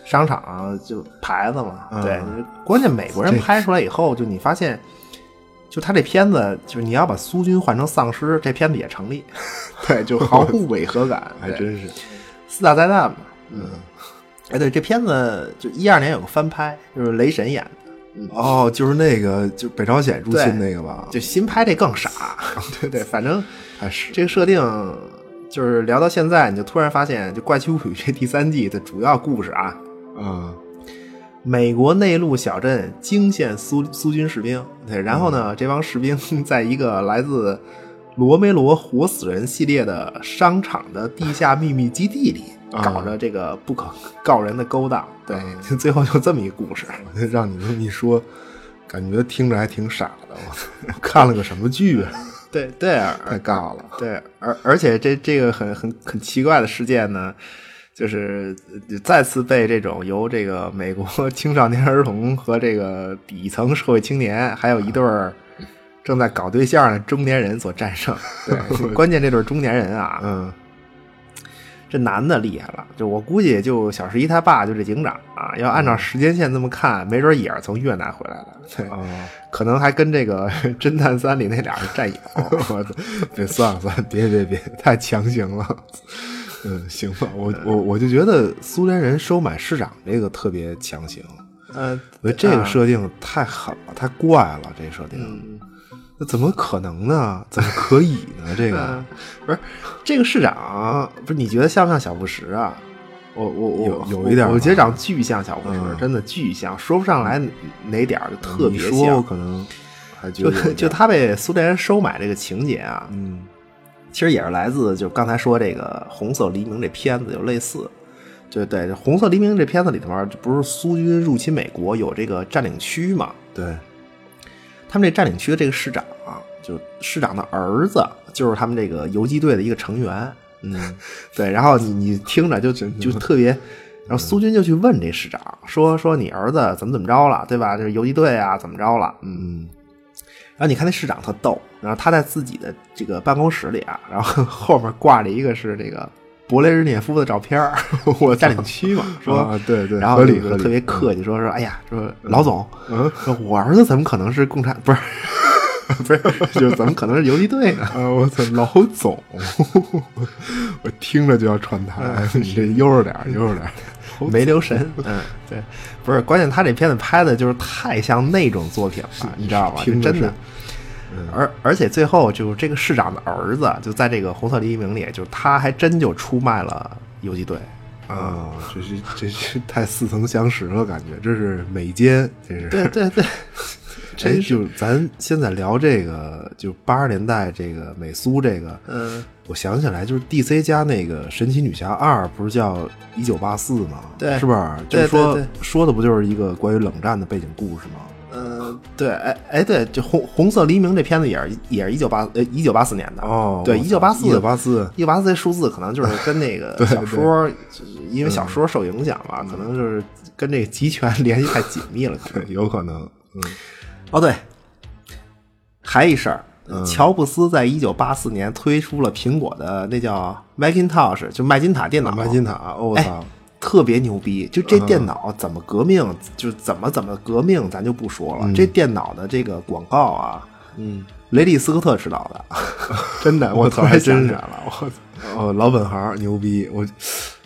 Speaker 3: 商场就牌子嘛。
Speaker 2: 嗯
Speaker 3: 对，关键美国人拍出来以后，就你发现，就他这片子，就是你要把苏军换成丧尸，这片子也 成立，对，就毫无违和感。
Speaker 2: 还
Speaker 3: 对
Speaker 2: 真是
Speaker 3: 四大灾难嘛，嗯。哎，对，这片子就一二年有个翻拍，就是雷神演的，
Speaker 2: 哦，就是那个，就北朝鲜入侵那个吧？
Speaker 3: 就新拍 这更傻，对对，反正
Speaker 2: 还是
Speaker 3: 这个设定就是聊到现在，你就突然发现，就《怪奇物语》这第三季的主要故事啊，
Speaker 2: 啊，
Speaker 3: 美国内陆小镇惊现苏苏军士兵，对，然后呢，这帮士兵 在一个来自罗梅罗活死人系列的商场的地下秘密基地里，
Speaker 2: 啊
Speaker 3: 搞着这个不可告人的勾当，对
Speaker 2: 嗯，
Speaker 3: 就最后就这么一故事。
Speaker 2: 让你这么一说，感觉听着还挺傻的。我 操，看了个什么剧 啊？
Speaker 3: 对对，而
Speaker 2: 太尬了。
Speaker 3: 对，而而且这这个很很很奇怪的事件呢，就是呃再次被这种由这个美国 青少年儿童和这个底层社会青年，还有一对儿正在搞对象的中年人所战胜。 对，关键这对中年人啊，
Speaker 2: 嗯
Speaker 3: 这男的厉害了，就我估计也就小十一他爸就这警长啊，要按照时间线这么看，没准也是从越南回来的。对。
Speaker 2: 啊，
Speaker 3: 可能还跟这个 《侦探三》里那俩是战友，
Speaker 2: 我操，别算了算了，别别别，太强行了。 嗯，行吧，我我我就觉得苏联人收买市长这个特别强行，
Speaker 3: 呃，
Speaker 2: 我觉得这个
Speaker 3: 啊
Speaker 2: 设定太狠了，太怪了，这设
Speaker 3: 嗯
Speaker 2: 定，那怎么可能呢？怎么可以 呢？这个
Speaker 3: 嗯，不是这个市长，不是你觉得像不像小布什啊？我我我
Speaker 2: 有有一点儿吧
Speaker 3: 我觉得长巨像小布什，
Speaker 2: 嗯
Speaker 3: 真的巨像，说不上来哪哪点儿就特
Speaker 2: 你
Speaker 3: 别
Speaker 2: 说我
Speaker 3: 像。
Speaker 2: 可能还觉
Speaker 3: 就
Speaker 2: 得有点
Speaker 3: 就他被苏联人收买这个情节啊，
Speaker 2: 嗯
Speaker 3: 其实也是来自就刚才说这个《红色黎明》这片子有类似，就对《红色黎明》这片子里头面不是苏军入侵美国有这个占领区嘛？
Speaker 2: 对
Speaker 3: 他们这占领区的这个市长啊，就市长的儿子就是他们这个游击队的一个成员，
Speaker 2: 嗯
Speaker 3: 对，然后你你听着就就就特别，然后苏军就去问这市长说说你儿子怎么怎么着了，对吧？就是游击队啊，怎么着了？嗯，
Speaker 2: 嗯
Speaker 3: 然后你看那市长特逗，然后他在自己的这个办公室里啊，然后 后面挂着一个是这个勃列日涅夫的照片儿， 我占领区嘛，说、
Speaker 2: 啊对对
Speaker 3: 然后
Speaker 2: 合理合
Speaker 3: 就
Speaker 2: 理嗯
Speaker 3: 特别客气说说，哎呀，说老总，说我儿子怎么可能是共产不是？ 不是， 就是怎么可能是游击队 呢？
Speaker 2: 啊，我操，老总，我听着就要串台， 你这悠着点儿，悠着点儿。
Speaker 3: 没留神， 嗯，对，不是，关键他这片子拍的就是太像那种作品了，你知道吗？就嗯
Speaker 2: 听着
Speaker 3: 真的
Speaker 2: 是，
Speaker 3: 而而且最后就是这个市长的儿子就在这个红色黎明里，就是他还真就出卖了游击队。
Speaker 2: 啊，这是这是太似曾相识了，感觉这是美奸，这是
Speaker 3: 对对 对，
Speaker 2: 哎，就是咱现在聊这个，就八十年代这个美苏这个，
Speaker 3: 嗯，
Speaker 2: 我想起来，就是 DC 加那个神奇女侠二，不是叫一九八四吗？
Speaker 3: 对
Speaker 2: 是不是？就
Speaker 3: 对
Speaker 2: 是说
Speaker 3: 对
Speaker 2: 说的不就是一个关于冷战的背景故事吗？
Speaker 3: 呃，对，哎哎，对，就红红色黎明这片子也是也是一九八呃一九八四年的
Speaker 2: 哦，
Speaker 3: 对，一九八四
Speaker 2: 一九八四，
Speaker 3: 一九八四这数字可能就是跟那 个
Speaker 2: 对
Speaker 3: 小说，就是因为小说受影响吧，可能就是跟这个集权联系太紧密了。
Speaker 2: 对，有可能，嗯，
Speaker 3: 哦，对，还一事儿，
Speaker 2: 嗯
Speaker 3: 呃乔布斯在一九八四年推出了苹果的那叫 Macintosh，就麦金塔电脑，
Speaker 2: 麦金嗯塔，哦我
Speaker 3: 哎
Speaker 2: 操，
Speaker 3: 特别牛逼，就这电脑怎么革命，就怎么怎么革命，咱就不说了。这电脑的这个广告啊，
Speaker 2: 嗯，
Speaker 3: 雷利斯科特指导的，真的，
Speaker 2: 我
Speaker 3: 我
Speaker 2: 操
Speaker 3: 突然
Speaker 2: 还 真
Speaker 3: 想
Speaker 2: 是
Speaker 3: 起来了，我操，
Speaker 2: 哦，老本行，牛逼，我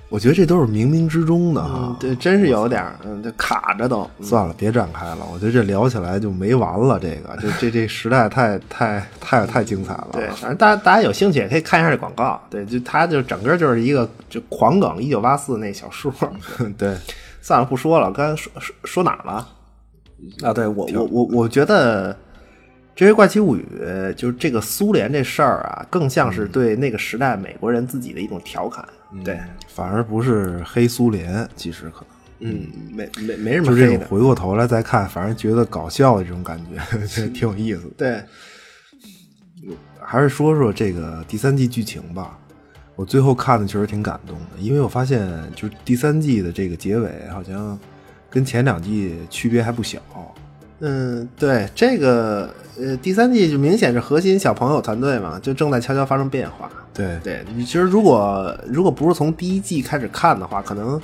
Speaker 2: 我觉得这都是冥冥之中的哈
Speaker 3: 嗯，，对，真是有点儿，嗯，就卡着都。嗯
Speaker 2: 算了，别展开了，我觉得这聊起来就没完了。这个，这这这时代太太太太精彩了。
Speaker 3: 对，反正大家大家有兴趣也可以看一下这广告。对，就它就整个就是一个就狂梗一九八四那小 说。
Speaker 2: 对对，
Speaker 3: 算了，不说了。刚才说说说哪儿了？啊，对我我我我觉得《这些怪奇物语》就是这个苏联这事儿啊，更像是对那个时代美国人自己的一种调侃。对，
Speaker 2: 反而不是黑苏联，其实可能
Speaker 3: 嗯，没没没什么
Speaker 2: 就这
Speaker 3: 黑
Speaker 2: 种
Speaker 3: 的。
Speaker 2: 回过头来再看，反而觉得搞笑的这种感觉， 这挺有意思的。
Speaker 3: 对，
Speaker 2: 还是说说这个第三季剧情吧。我最后看的确实挺感动的，因为我发现就是第三季的这个结尾好像跟前两季区别还不小。
Speaker 3: 嗯，对，这个呃，第三季就明显是核心小朋友团队嘛，就正在悄悄发生变化。
Speaker 2: 对
Speaker 3: 对，你其实如果如果不是从第一季开始看的话，可能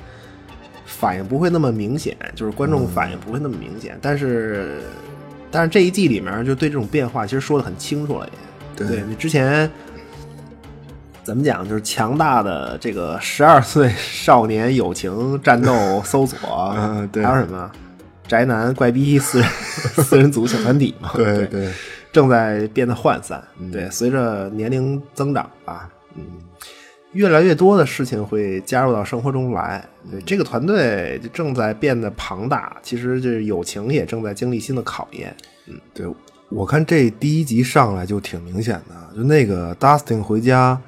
Speaker 3: 反应不会那么明显，就是观
Speaker 2: 嗯
Speaker 3: 众反应不会那么明显。但是但是这一季里面就对这种变化其实说的很清楚了也。
Speaker 2: 对
Speaker 3: 对，你之前怎么讲，就是强大的这个十二岁少年友情战 斗搜索，
Speaker 2: 嗯对
Speaker 3: 还有什么宅男怪逼四人 四人组小团体嘛，
Speaker 2: 对对，
Speaker 3: 正在变得涣散。
Speaker 2: 嗯
Speaker 3: 对，随着年龄增长吧，嗯，越来越多的事情会加入到生活中来。对，
Speaker 2: 嗯
Speaker 3: 这个团队就正在变得庞大，其实就是友情也正在经历新的考验。
Speaker 2: 对，我看这第一集上来就挺明显的，就那个 Dustin 回家，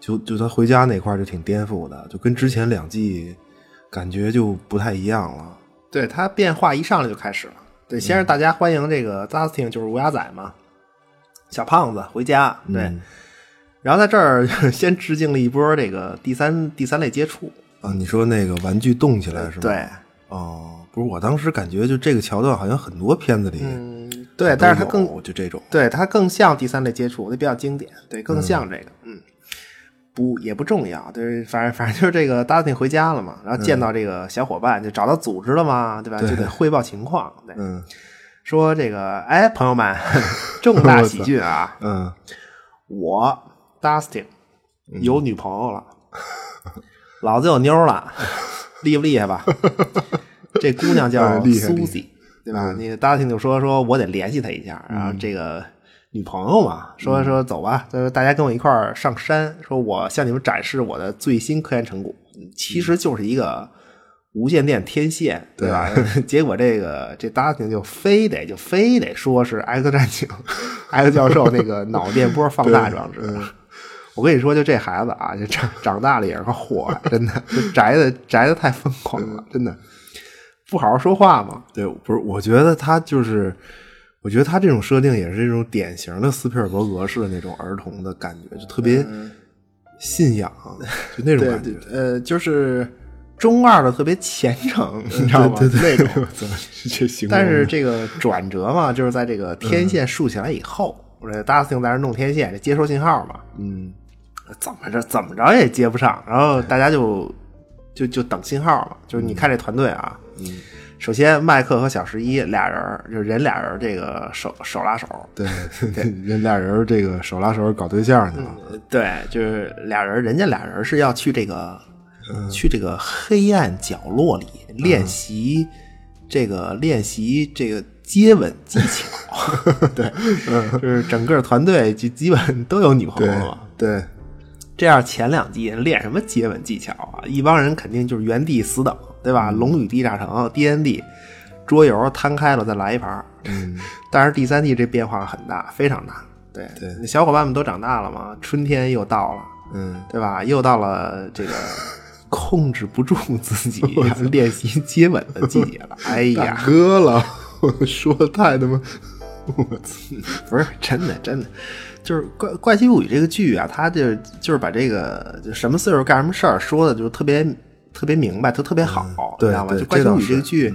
Speaker 2: 就就他回家那块儿就挺颠覆的，就跟之前两季感觉就不太一样了。
Speaker 3: 对他变化一上来就开始了。对，先
Speaker 2: 嗯
Speaker 3: 是大家欢迎这个 Dustin，就是乌鸦仔嘛，小胖子回家。对，
Speaker 2: 嗯
Speaker 3: 然后在这儿 先致敬了一波这个第三第三类接触。
Speaker 2: 啊，你说那个玩具动起来是吗？。
Speaker 3: 对，
Speaker 2: 哦，不是，我当时感觉就这个桥段好像很多片子里
Speaker 3: 嗯，对，但是他
Speaker 2: 都
Speaker 3: 更
Speaker 2: 有就这种，
Speaker 3: 对，它更像第三类接触，那比较经典，对，更像这个，嗯，不也不重要，对，反正反正就是这个达斯回家了嘛，然后见到这个小伙伴，就找到组织了嘛，对吧？
Speaker 2: 嗯对
Speaker 3: 就得汇报情况，对，
Speaker 2: 嗯
Speaker 3: 说这个，哎，朋友们， 重大喜讯啊，
Speaker 2: 嗯，
Speaker 3: 我 Dustin 有女朋友了，老子有妞儿了，厉不厉 害吧？这姑娘叫
Speaker 2: 嗯厉害嗯
Speaker 3: Susie，对吧？那个 Dustin 就说说我得联系她一下，然后这个女朋友嘛，
Speaker 2: 嗯
Speaker 3: 说说走吧，他说大家跟我一块儿上山，说我向你们展示我的最新科研成果，其实就是一个。无线电天线，对吧？ 结果这个这达廷就非得就非得说是 X 战警，X 教授那个脑电波放大装置。我跟你说，就这孩子啊，就长长大了也是个祸害，真的，就宅的宅的太疯狂了，真的，不好好说话嘛。
Speaker 2: 对，不是，我觉得他就是，我觉得他这种设定也是这种典型的斯皮尔伯格式的那种儿童的感觉，就特别信仰，就那种
Speaker 3: 嗯对
Speaker 2: 感
Speaker 3: 对
Speaker 2: 觉。，
Speaker 3: 呃，就是中二的特别虔诚，你知道吗？
Speaker 2: 对对
Speaker 3: 那种。
Speaker 2: 我操，这形容
Speaker 3: 但是这个转折嘛，就是在这个天线竖起来以后，我这达斯汀在那儿弄天线，这接收信号嘛，
Speaker 2: 嗯，
Speaker 3: 怎么着怎么着也接不上，然后大家就就就等信号嘛。就是你看这团队啊，嗯，首先麦克和小十一俩人儿，就人俩人儿这个手手拉手，
Speaker 2: 对， 人俩人这个手拉手搞对象去了，
Speaker 3: 呃对，就是嗯俩人儿，人家俩人儿是要去这个、去这嗯个黑暗角落里练习这个练习这个接吻技巧， 对，就是整个团队基基本都有女朋
Speaker 2: 对
Speaker 3: 友了。
Speaker 2: 对，
Speaker 3: 这样前两季练什么接吻技巧啊？一帮人肯定就是原地死等，对
Speaker 2: 嗯
Speaker 3: 吧？龙与地下城、D N D、桌游摊开了再来一盘。嗯，但是第三季这变化很大，非常大。对
Speaker 2: 对，
Speaker 3: 小伙伴们都长大了嘛，春天又到了，
Speaker 2: 嗯，
Speaker 3: 对吧？又到了这个 控制不住自己练习接吻的季节了。哎呀，
Speaker 2: 大哥了， 我说的太他妈，我操，
Speaker 3: 不是真的，真的，就是《怪怪奇物语》这个剧啊，它就就是把这个就什么岁数干什么事儿说的，就是特别特别明白，都特别好，
Speaker 2: 嗯对
Speaker 3: 你知道吗？
Speaker 2: 对
Speaker 3: 就《怪奇
Speaker 2: 这倒
Speaker 3: 物语》这个
Speaker 2: 是嗯
Speaker 3: 剧，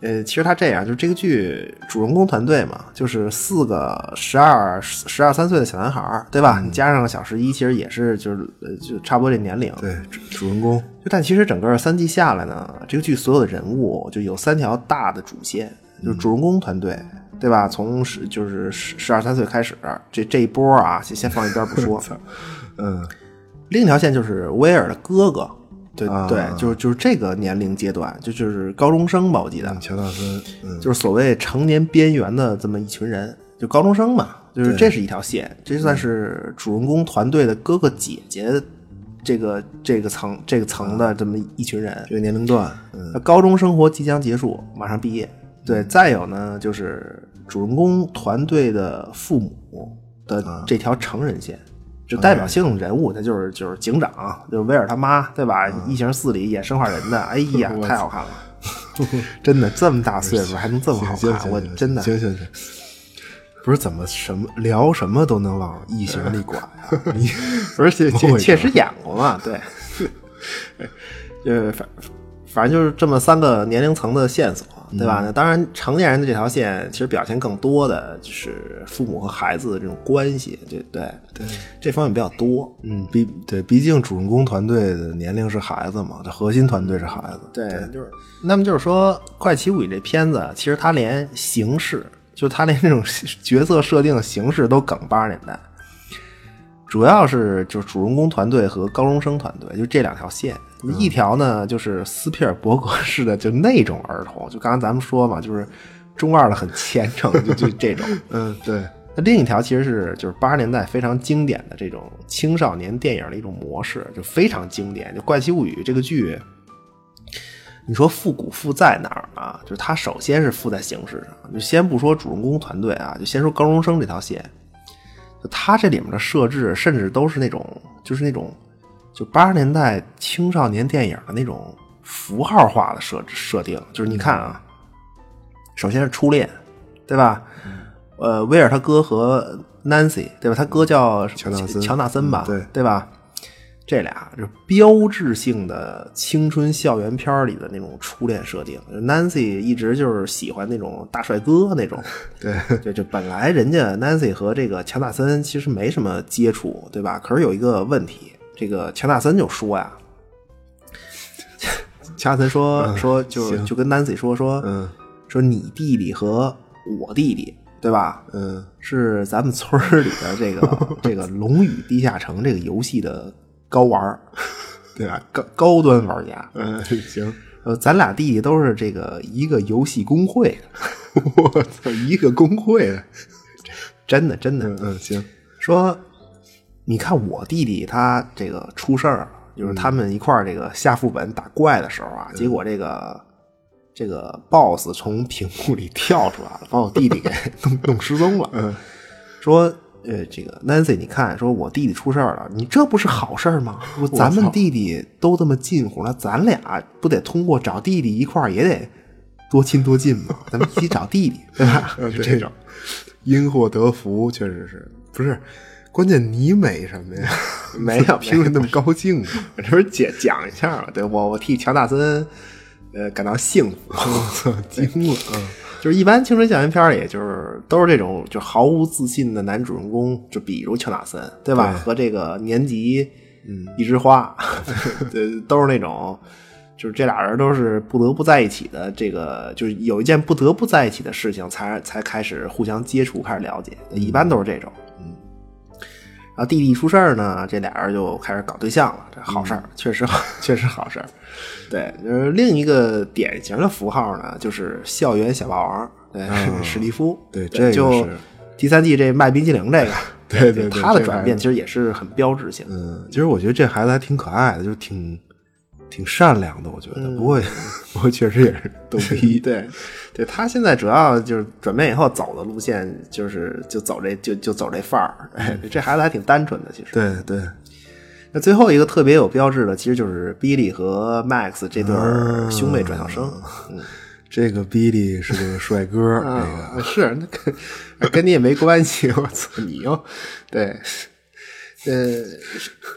Speaker 3: 呃，其实它这样，就是这个剧主人公团队嘛，就是四个十二十二三岁的小男孩儿，对
Speaker 2: 嗯
Speaker 3: 吧？你加上小十一，其实也是就是呃就差不多这年龄，
Speaker 2: 对，主主人公，
Speaker 3: 就但其实整个三季下来呢，这个剧所有的人物就有三条大的主线，
Speaker 2: 嗯
Speaker 3: 就是主人公团队，对吧？从十就是十十二三岁开始，这这一波啊，先先放一边不 说。
Speaker 2: 嗯，
Speaker 3: 另一条线就是威尔的哥哥，对、
Speaker 2: 啊
Speaker 3: 对，就是就是这个年龄阶段，就就是高中生吧，我记得，
Speaker 2: 乔纳森，嗯，
Speaker 3: 就是所谓成年边缘的这么一群人，就高中生嘛，就是这是一条线，这
Speaker 2: 嗯
Speaker 3: 算是主人公团队的哥哥姐姐这个这个层这个层的这么一群人。
Speaker 2: 这个年龄段，嗯，
Speaker 3: 那高中生活即将结束，马上毕业。对，再有呢，就是主人公团队的父母的
Speaker 2: 啊
Speaker 3: 这条成人线，就代表性人物，他就是就是警长，就是威尔他妈，对吧？
Speaker 2: 啊
Speaker 3: 异形四里演生化人的，哎 呀，太好看了，真的这么大岁数还能 这么好
Speaker 2: 行
Speaker 3: 看，
Speaker 2: 行
Speaker 3: 我
Speaker 2: 行
Speaker 3: 真的
Speaker 2: 行行行，不是怎么什么聊什么都能往异形里拐啊， 你
Speaker 3: 而且
Speaker 2: 我
Speaker 3: 确
Speaker 2: 也
Speaker 3: 确实演过嘛，对， 呃，反反正就是这么三个年龄层的线索，
Speaker 2: 嗯
Speaker 3: 对吧？那当然，成年人的这条线其实表现更多的就是父母和孩子的这种关系，这对对这方面比较多，
Speaker 2: 嗯，毕对，毕竟主人公团队的年龄是孩子嘛，这核心团队是孩子，
Speaker 3: 对，就是那么就是说，《怪奇物语》这片子其实它连形式，就它连这种角色设定的形式都梗八十年代，主要是就是主人公团队和高中生团队，就这两条线。一条呢就是斯皮尔伯格式的，就那种儿童，就刚才咱们说嘛，就是中二的很虔诚，就就这种。
Speaker 2: 嗯，对，
Speaker 3: 那另一条其实是就是八十年代非常经典的这种青少年电影的一种模式，就非常经典。就《怪奇物语》这个剧，你说复古复在哪儿呢？就是它首先是复在形式上，就先不说主人公团队啊，就先说高中生这条线，就它这里面的设置甚至都是那种就是那种就八十年代青少年电影的那种符号化的设置设定，就是你看啊，
Speaker 2: 嗯
Speaker 3: 首先是初恋，对吧？
Speaker 2: 嗯
Speaker 3: 呃，威尔他哥和 Nancy，对吧？他哥叫
Speaker 2: 嗯乔纳森
Speaker 3: 乔纳森吧？
Speaker 2: 嗯对
Speaker 3: 对吧？这俩就是标志性的青春校园片儿里的那种初恋设定。Nancy 一直就是喜欢那种大帅哥那种，
Speaker 2: 对，
Speaker 3: 对，这本来人家 Nancy 和这个乔纳森其实没什么接触，对吧？可是有一个问题，这个乔纳森就说呀， 乔纳森说、说就就跟 Nancy 说说、
Speaker 2: 嗯
Speaker 3: 说你弟弟和我弟弟，对吧？
Speaker 2: 嗯，
Speaker 3: 是咱们村儿里的这个 这个《龙与地下城》这个游戏的高玩儿， 对吧？高高端玩家，
Speaker 2: 嗯，行，
Speaker 3: 呃，咱俩弟弟都是这个一个游戏工会的，
Speaker 2: 我操，一个工会的，
Speaker 3: 真的真的。
Speaker 2: 嗯嗯，行，
Speaker 3: 说，你看我弟弟他这个出事儿了，就是他们一块儿这个下副本打怪的时候啊，结果这个这个 BOSS 从屏幕里跳出来了，把我弟弟给 弄弄失踪了。
Speaker 2: 嗯，
Speaker 3: 说。呃，这个 Nancy，你看，说我弟弟出事儿了，你这不是好事儿吗？说咱们弟弟都这么近乎了，咱俩不得通过找弟弟一块儿也得多亲多近吗？咱们一起找弟弟，对吧？
Speaker 2: 嗯，
Speaker 3: 就这种，
Speaker 2: 因祸得福，确实是不是？关键你美什么呀？
Speaker 3: 没有
Speaker 2: 怎么听着那么高兴啊，
Speaker 3: 我这不是解讲一下嘛？对我，我替乔纳森，呃，感到幸福。
Speaker 2: 我操，惊了，嗯
Speaker 3: 就是一般青春校园片儿里，就是都是这种就毫无自信的男主人公，就比如乔纳森，对吧？
Speaker 2: 对
Speaker 3: 和这个年级，嗯，一枝花，对， 都是那种，就是这俩人都是不得不在一起的。这个就是有一件不得不在一起的事情才，才开始互相接触，开始了解。一般都是这种。
Speaker 2: 嗯
Speaker 3: 然后弟弟一出事儿呢，这俩人就开始搞对象了。这好事儿，
Speaker 2: 嗯
Speaker 3: 确实好， 确实好事儿。对，就是另一个典型的符号呢，就是校园小霸王。对，
Speaker 2: 嗯
Speaker 3: 史蒂夫，
Speaker 2: 对这个
Speaker 3: 就是第三季这卖冰淇淋这个，
Speaker 2: 对对对
Speaker 3: 他的
Speaker 2: 这
Speaker 3: 转
Speaker 2: 还
Speaker 3: 变其实也是很标志性的。
Speaker 2: 嗯，其实我觉得这孩子还挺可爱的，就是挺挺善良的。我觉得，不过 不过确实也是逗 逼。
Speaker 3: 嗯对，对他现在主要就是转变以后走的路线，就是就走这就就走这范儿。哎，这孩子还挺单纯的，其实。
Speaker 2: 嗯对对，
Speaker 3: 那最后一个特别有标志的，其实就是比利和 Max 这对
Speaker 2: 啊
Speaker 3: 儿兄妹转校生。
Speaker 2: 这个比利是个帅哥，这个
Speaker 3: 啊，是那跟跟你也没关系，我操，你又对，呃，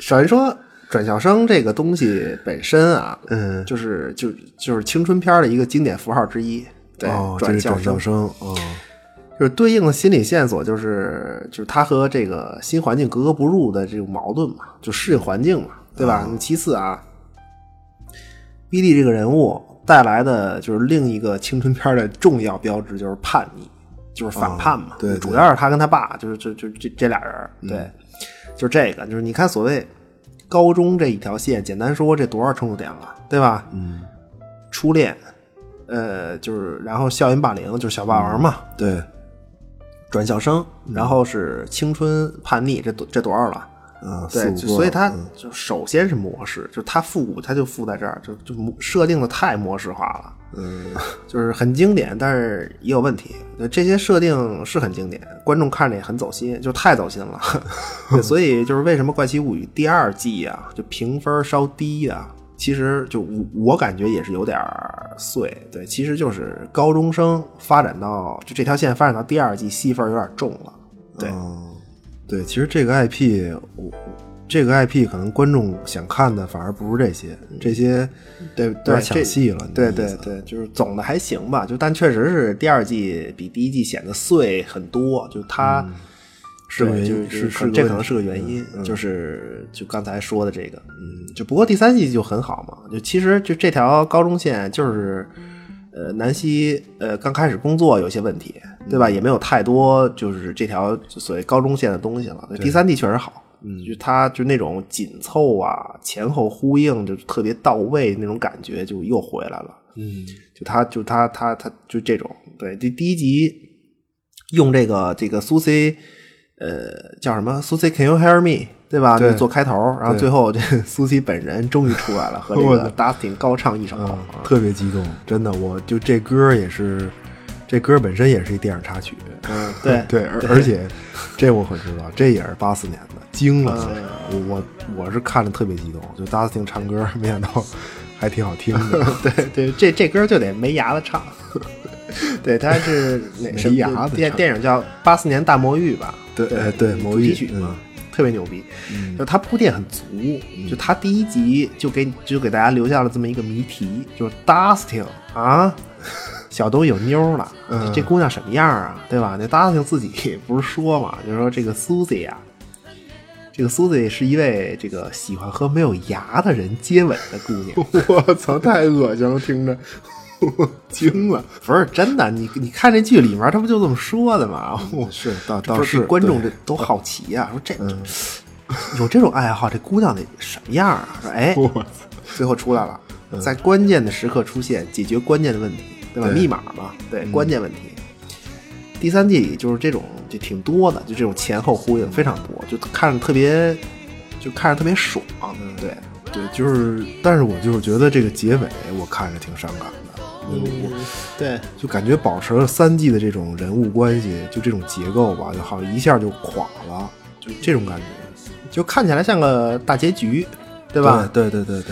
Speaker 3: 首先说转校生这个东西本身啊，
Speaker 2: 嗯
Speaker 3: 就是就就是青春片儿的一个经典符号之一。对，
Speaker 2: 哦，这
Speaker 3: 转
Speaker 2: 是
Speaker 3: 校
Speaker 2: 转
Speaker 3: 生
Speaker 2: 校生，哦，
Speaker 3: 就是对应的心理线索，就是就是他和这个新环境格格不入的这种矛盾嘛，就适应环境嘛，对吧？那其次啊，比利这个人物带来的就是另一个青春片的重要标志，就是叛逆，就是反叛嘛。
Speaker 2: 哦对对嗯
Speaker 3: 主要是他跟他爸，就是就就这这俩人儿，对，就是这个，就是你看所谓高中这一条线，简单说这多少程度点了，对吧？
Speaker 2: 嗯，
Speaker 3: 初恋，呃，就是然后校园霸凌，就是小霸王嘛，
Speaker 2: 对，
Speaker 3: 转校生，然后是青春叛逆，这多这多少了？
Speaker 2: 嗯，
Speaker 3: 对，
Speaker 2: 四
Speaker 3: 就
Speaker 2: 五个
Speaker 3: 所以它就首先是模式，就它复古，它就附在这儿，就就模设定的太模式化了，
Speaker 2: 嗯
Speaker 3: 就是很经典，但是也有问题。对这些设定是很经典，观众看着也很走心，就太走心了。 对所以就是为什么《怪奇物语》第二季啊，就评分稍低啊，其实就我我感觉也是有点儿碎。对，其实就是高中生发展到就这条线发展到第二季，戏份儿有点重了。对，
Speaker 2: 哦对，其实这个 IP 我。我这个 IP 可能观众想看的反而不是这些，这些
Speaker 3: 嗯对
Speaker 2: 有
Speaker 3: 对，
Speaker 2: 点抢戏了。你
Speaker 3: 这
Speaker 2: 的
Speaker 3: 对对
Speaker 2: 意思，啊
Speaker 3: 对，就是总的还行吧，就但确实是第二季比第一季显得碎很多，就它
Speaker 2: 是个
Speaker 3: 对
Speaker 2: 原
Speaker 3: 就
Speaker 2: 因
Speaker 3: 就是
Speaker 2: 是
Speaker 3: 可
Speaker 2: 个
Speaker 3: 这
Speaker 2: 问
Speaker 3: 可能
Speaker 2: 题
Speaker 3: 是个原因，就是就刚才说的这个，嗯，就不过第三季就很好嘛，就其实就这条高中线就是。呃，南希呃刚开始工作有些问题，对吧？也没有太多就是这条所谓高中线的东西了。第三季确实好，嗯，就它就那种紧凑啊，前后呼应就是特别到位那种感觉，就又回来了。
Speaker 2: 嗯，
Speaker 3: 就他就他他他就这种，对，第第一集用这个这个苏 C，呃，叫什么苏 C Can you hear me？对吧？
Speaker 2: 对
Speaker 3: 就做开头，然后
Speaker 2: 对
Speaker 3: 最后这苏 C 本人终于出来了，和 这
Speaker 2: 我的
Speaker 3: 个 Dustin 高唱一首。
Speaker 2: 啊，特别激动，真的，我就这歌也是，这歌本身也是一电影插曲，
Speaker 3: 嗯，对
Speaker 2: 对，而而且这我可知道，这也是八四年的，惊了，
Speaker 3: 嗯
Speaker 2: 我我我是看着特别激动，就 Dustin 唱歌，没想到还挺好听 的，
Speaker 3: 对对，这这歌就得没牙的唱。 对，他是哪什么
Speaker 2: 牙的
Speaker 3: 电
Speaker 2: 唱
Speaker 3: 电影叫《八四年大魔域》吧？
Speaker 2: 对呃对魔
Speaker 3: 主
Speaker 2: 域嗯
Speaker 3: 题曲嘛，特别牛逼。就他铺垫很足，就他第一集就给就给大家留下了这么一个谜题，就是 Dustin 啊，小东有妞了，
Speaker 2: 嗯
Speaker 3: 这姑娘什么样啊？对吧？那 Dustin 自己不是说嘛，就说这个 Susie 啊。这个 Susie 是一位这个喜欢和没有牙的人接吻的姑娘，
Speaker 2: 我操，太恶心了，听着，我惊了，
Speaker 3: 不是真的，你你看这剧里面，他不就这么说的吗？我
Speaker 2: 嗯是倒
Speaker 3: 这
Speaker 2: 倒
Speaker 3: 不是
Speaker 2: 是嗯
Speaker 3: 给观众这都好奇呀、说这、有这种爱好，这姑娘得什么样啊？说哎，
Speaker 2: 我操，嗯
Speaker 3: 最后出来了，在关键的时刻出现，解决关键的问题，对吧？
Speaker 2: 对嗯
Speaker 3: 密码嘛，对，关键问题。第三季里就是这种就挺多的，就这种前后呼应非常多，就看着特别，就看着特别爽，
Speaker 2: 嗯
Speaker 3: 对。
Speaker 2: 对，就是，但是我就是觉得这个结尾我看着挺伤感的，
Speaker 3: 嗯
Speaker 2: 我
Speaker 3: 对，
Speaker 2: 就感觉保持了三季的这种人物关系，就这种结构吧，就好像一下就垮了，就这种感觉，
Speaker 3: 就看起来像个大结局，
Speaker 2: 对
Speaker 3: 对吧？？
Speaker 2: 对对对对，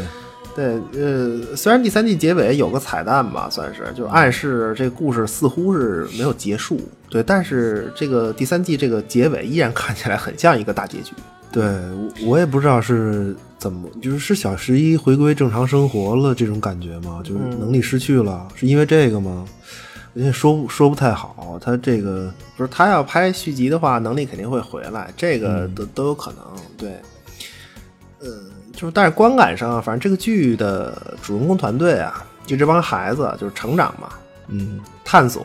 Speaker 3: 对，呃，虽然第三季结尾有个彩蛋吧，算是就暗示这个故事似乎是没有结束，对，但是这个第三季这个结尾依然看起来很像一个大结局，
Speaker 2: 对我我也不知道是怎么，就是是小十一回归正常生活了这种感觉吗？就是能力失去了，是因为这个吗？有点说不说不太好，他这个
Speaker 3: 不是他要拍续集的话，能力肯定会回来，这个都、都有可能。对，嗯，就是但是观感上，啊反正这个剧的主人公团队啊，就这帮孩子啊就是成长嘛，
Speaker 2: 嗯，
Speaker 3: 探索，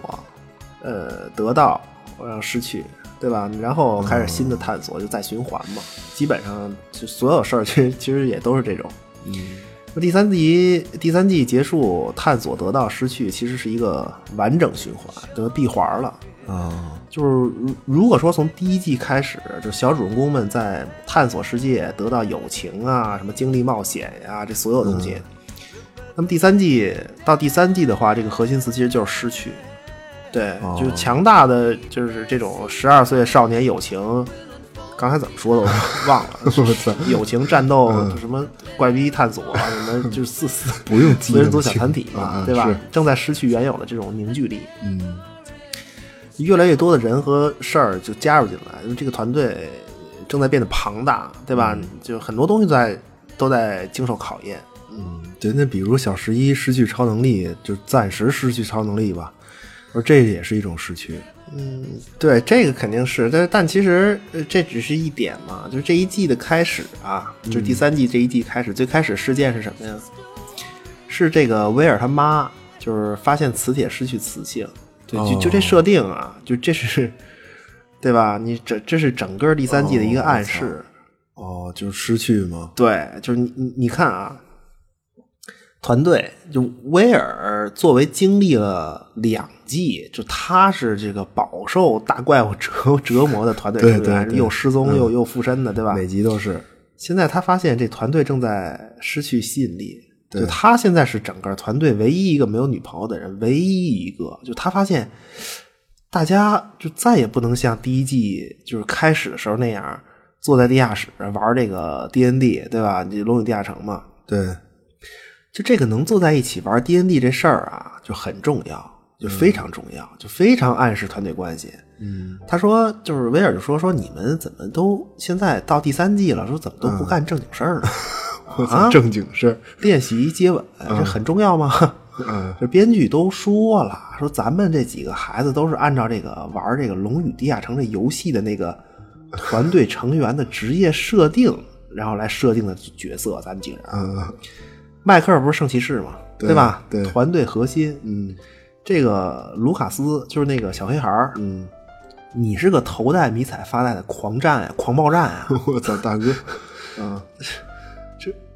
Speaker 3: 呃，得到，然后失去，对吧？然后开始新的探索，就再循环嘛。基本上就所有事儿，其实其实也都是这种。嗯，那第三集第三季结束，探索得到失去，其实是一个完整循环，等于闭环了。
Speaker 2: 啊，
Speaker 3: 就是如如果说从第一季开始，就小主人公们在探索世界，得到友情啊，什么经历冒险呀、这所有东西。那么第三季到第三季的话，这个核心词其实就是失去，对，
Speaker 2: 哦
Speaker 3: 就是强大的，就是这种十二岁少年友情。刚才怎么说的我忘了，友情战斗什么怪逼探索啊什么，就是四四
Speaker 2: 不用记
Speaker 3: 四
Speaker 2: 那
Speaker 3: 人
Speaker 2: 么
Speaker 3: 组小
Speaker 2: 清
Speaker 3: 团体
Speaker 2: 啊
Speaker 3: 嘛，
Speaker 2: 啊
Speaker 3: 对吧
Speaker 2: 是？
Speaker 3: 正在失去原有的这种凝聚力。
Speaker 2: 嗯，
Speaker 3: 越来越多的人和事儿就加入进来，因为这个团队正在变得庞大，对吧？
Speaker 2: 嗯
Speaker 3: 就很多东西在都在经受考验。
Speaker 2: 嗯对，那比如小十一失去超能力，就暂时失去超能力吧，而这也是一种失去。
Speaker 3: 嗯，对，这个肯定是，但但其实呃这只是一点嘛，就是这一季的开始啊，就是
Speaker 2: 嗯
Speaker 3: 第三季这一季开始，最开始事件是什么呀？是这个威尔他妈，就是发现磁铁失去磁性，对，就就这
Speaker 2: 哦
Speaker 3: 设定啊，就这是， 对吧？你这这是整个第三季的一个
Speaker 2: 哦
Speaker 3: 暗
Speaker 2: 我操
Speaker 3: 示。
Speaker 2: 哦，就是失去吗？
Speaker 3: 对，就是你你你看啊，团队就威尔作为经历了两季，就他是这个饱受大怪物折折磨的团队
Speaker 2: 对
Speaker 3: 成
Speaker 2: 对
Speaker 3: 员，
Speaker 2: 对嗯
Speaker 3: 又失踪又、又附身的，对吧？
Speaker 2: 每集都是，
Speaker 3: 现在他发现这团队正在失去吸引力，
Speaker 2: 对
Speaker 3: 就他现在是整个团队唯一一个没有女朋友的人，唯一一个。就他发现，大家就再也不能像第一季就是开始的时候那样坐在地下室玩这个 D N D，对吧？你龙与地下城嘛，
Speaker 2: 对，
Speaker 3: 就这个能坐在一起玩 D N D 这事儿啊，就很重要，就非常重要，就非常暗示团队关系。
Speaker 2: 嗯，
Speaker 3: 他说，就是威尔就说说你们怎么都现在到第三季了，说怎么都不干正经事儿呢？ 啊，
Speaker 2: 正经事，
Speaker 3: 练习接吻这很重要吗？
Speaker 2: 嗯，
Speaker 3: 这编剧都说了，说咱们这几个孩子都是按照这个玩这个《龙与地下城》这游戏的那个团队成员的职业设定，然后来设定的角色，咱们几个人。
Speaker 2: 嗯，
Speaker 3: 迈克尔不是圣骑士嘛，
Speaker 2: 对
Speaker 3: 吧？
Speaker 2: 对
Speaker 3: 团队核心，嗯，这个卢卡斯就是那个小黑孩儿，嗯，你是个头戴迷彩发带的狂战呀、狂暴战 啊
Speaker 2: 我操，大哥，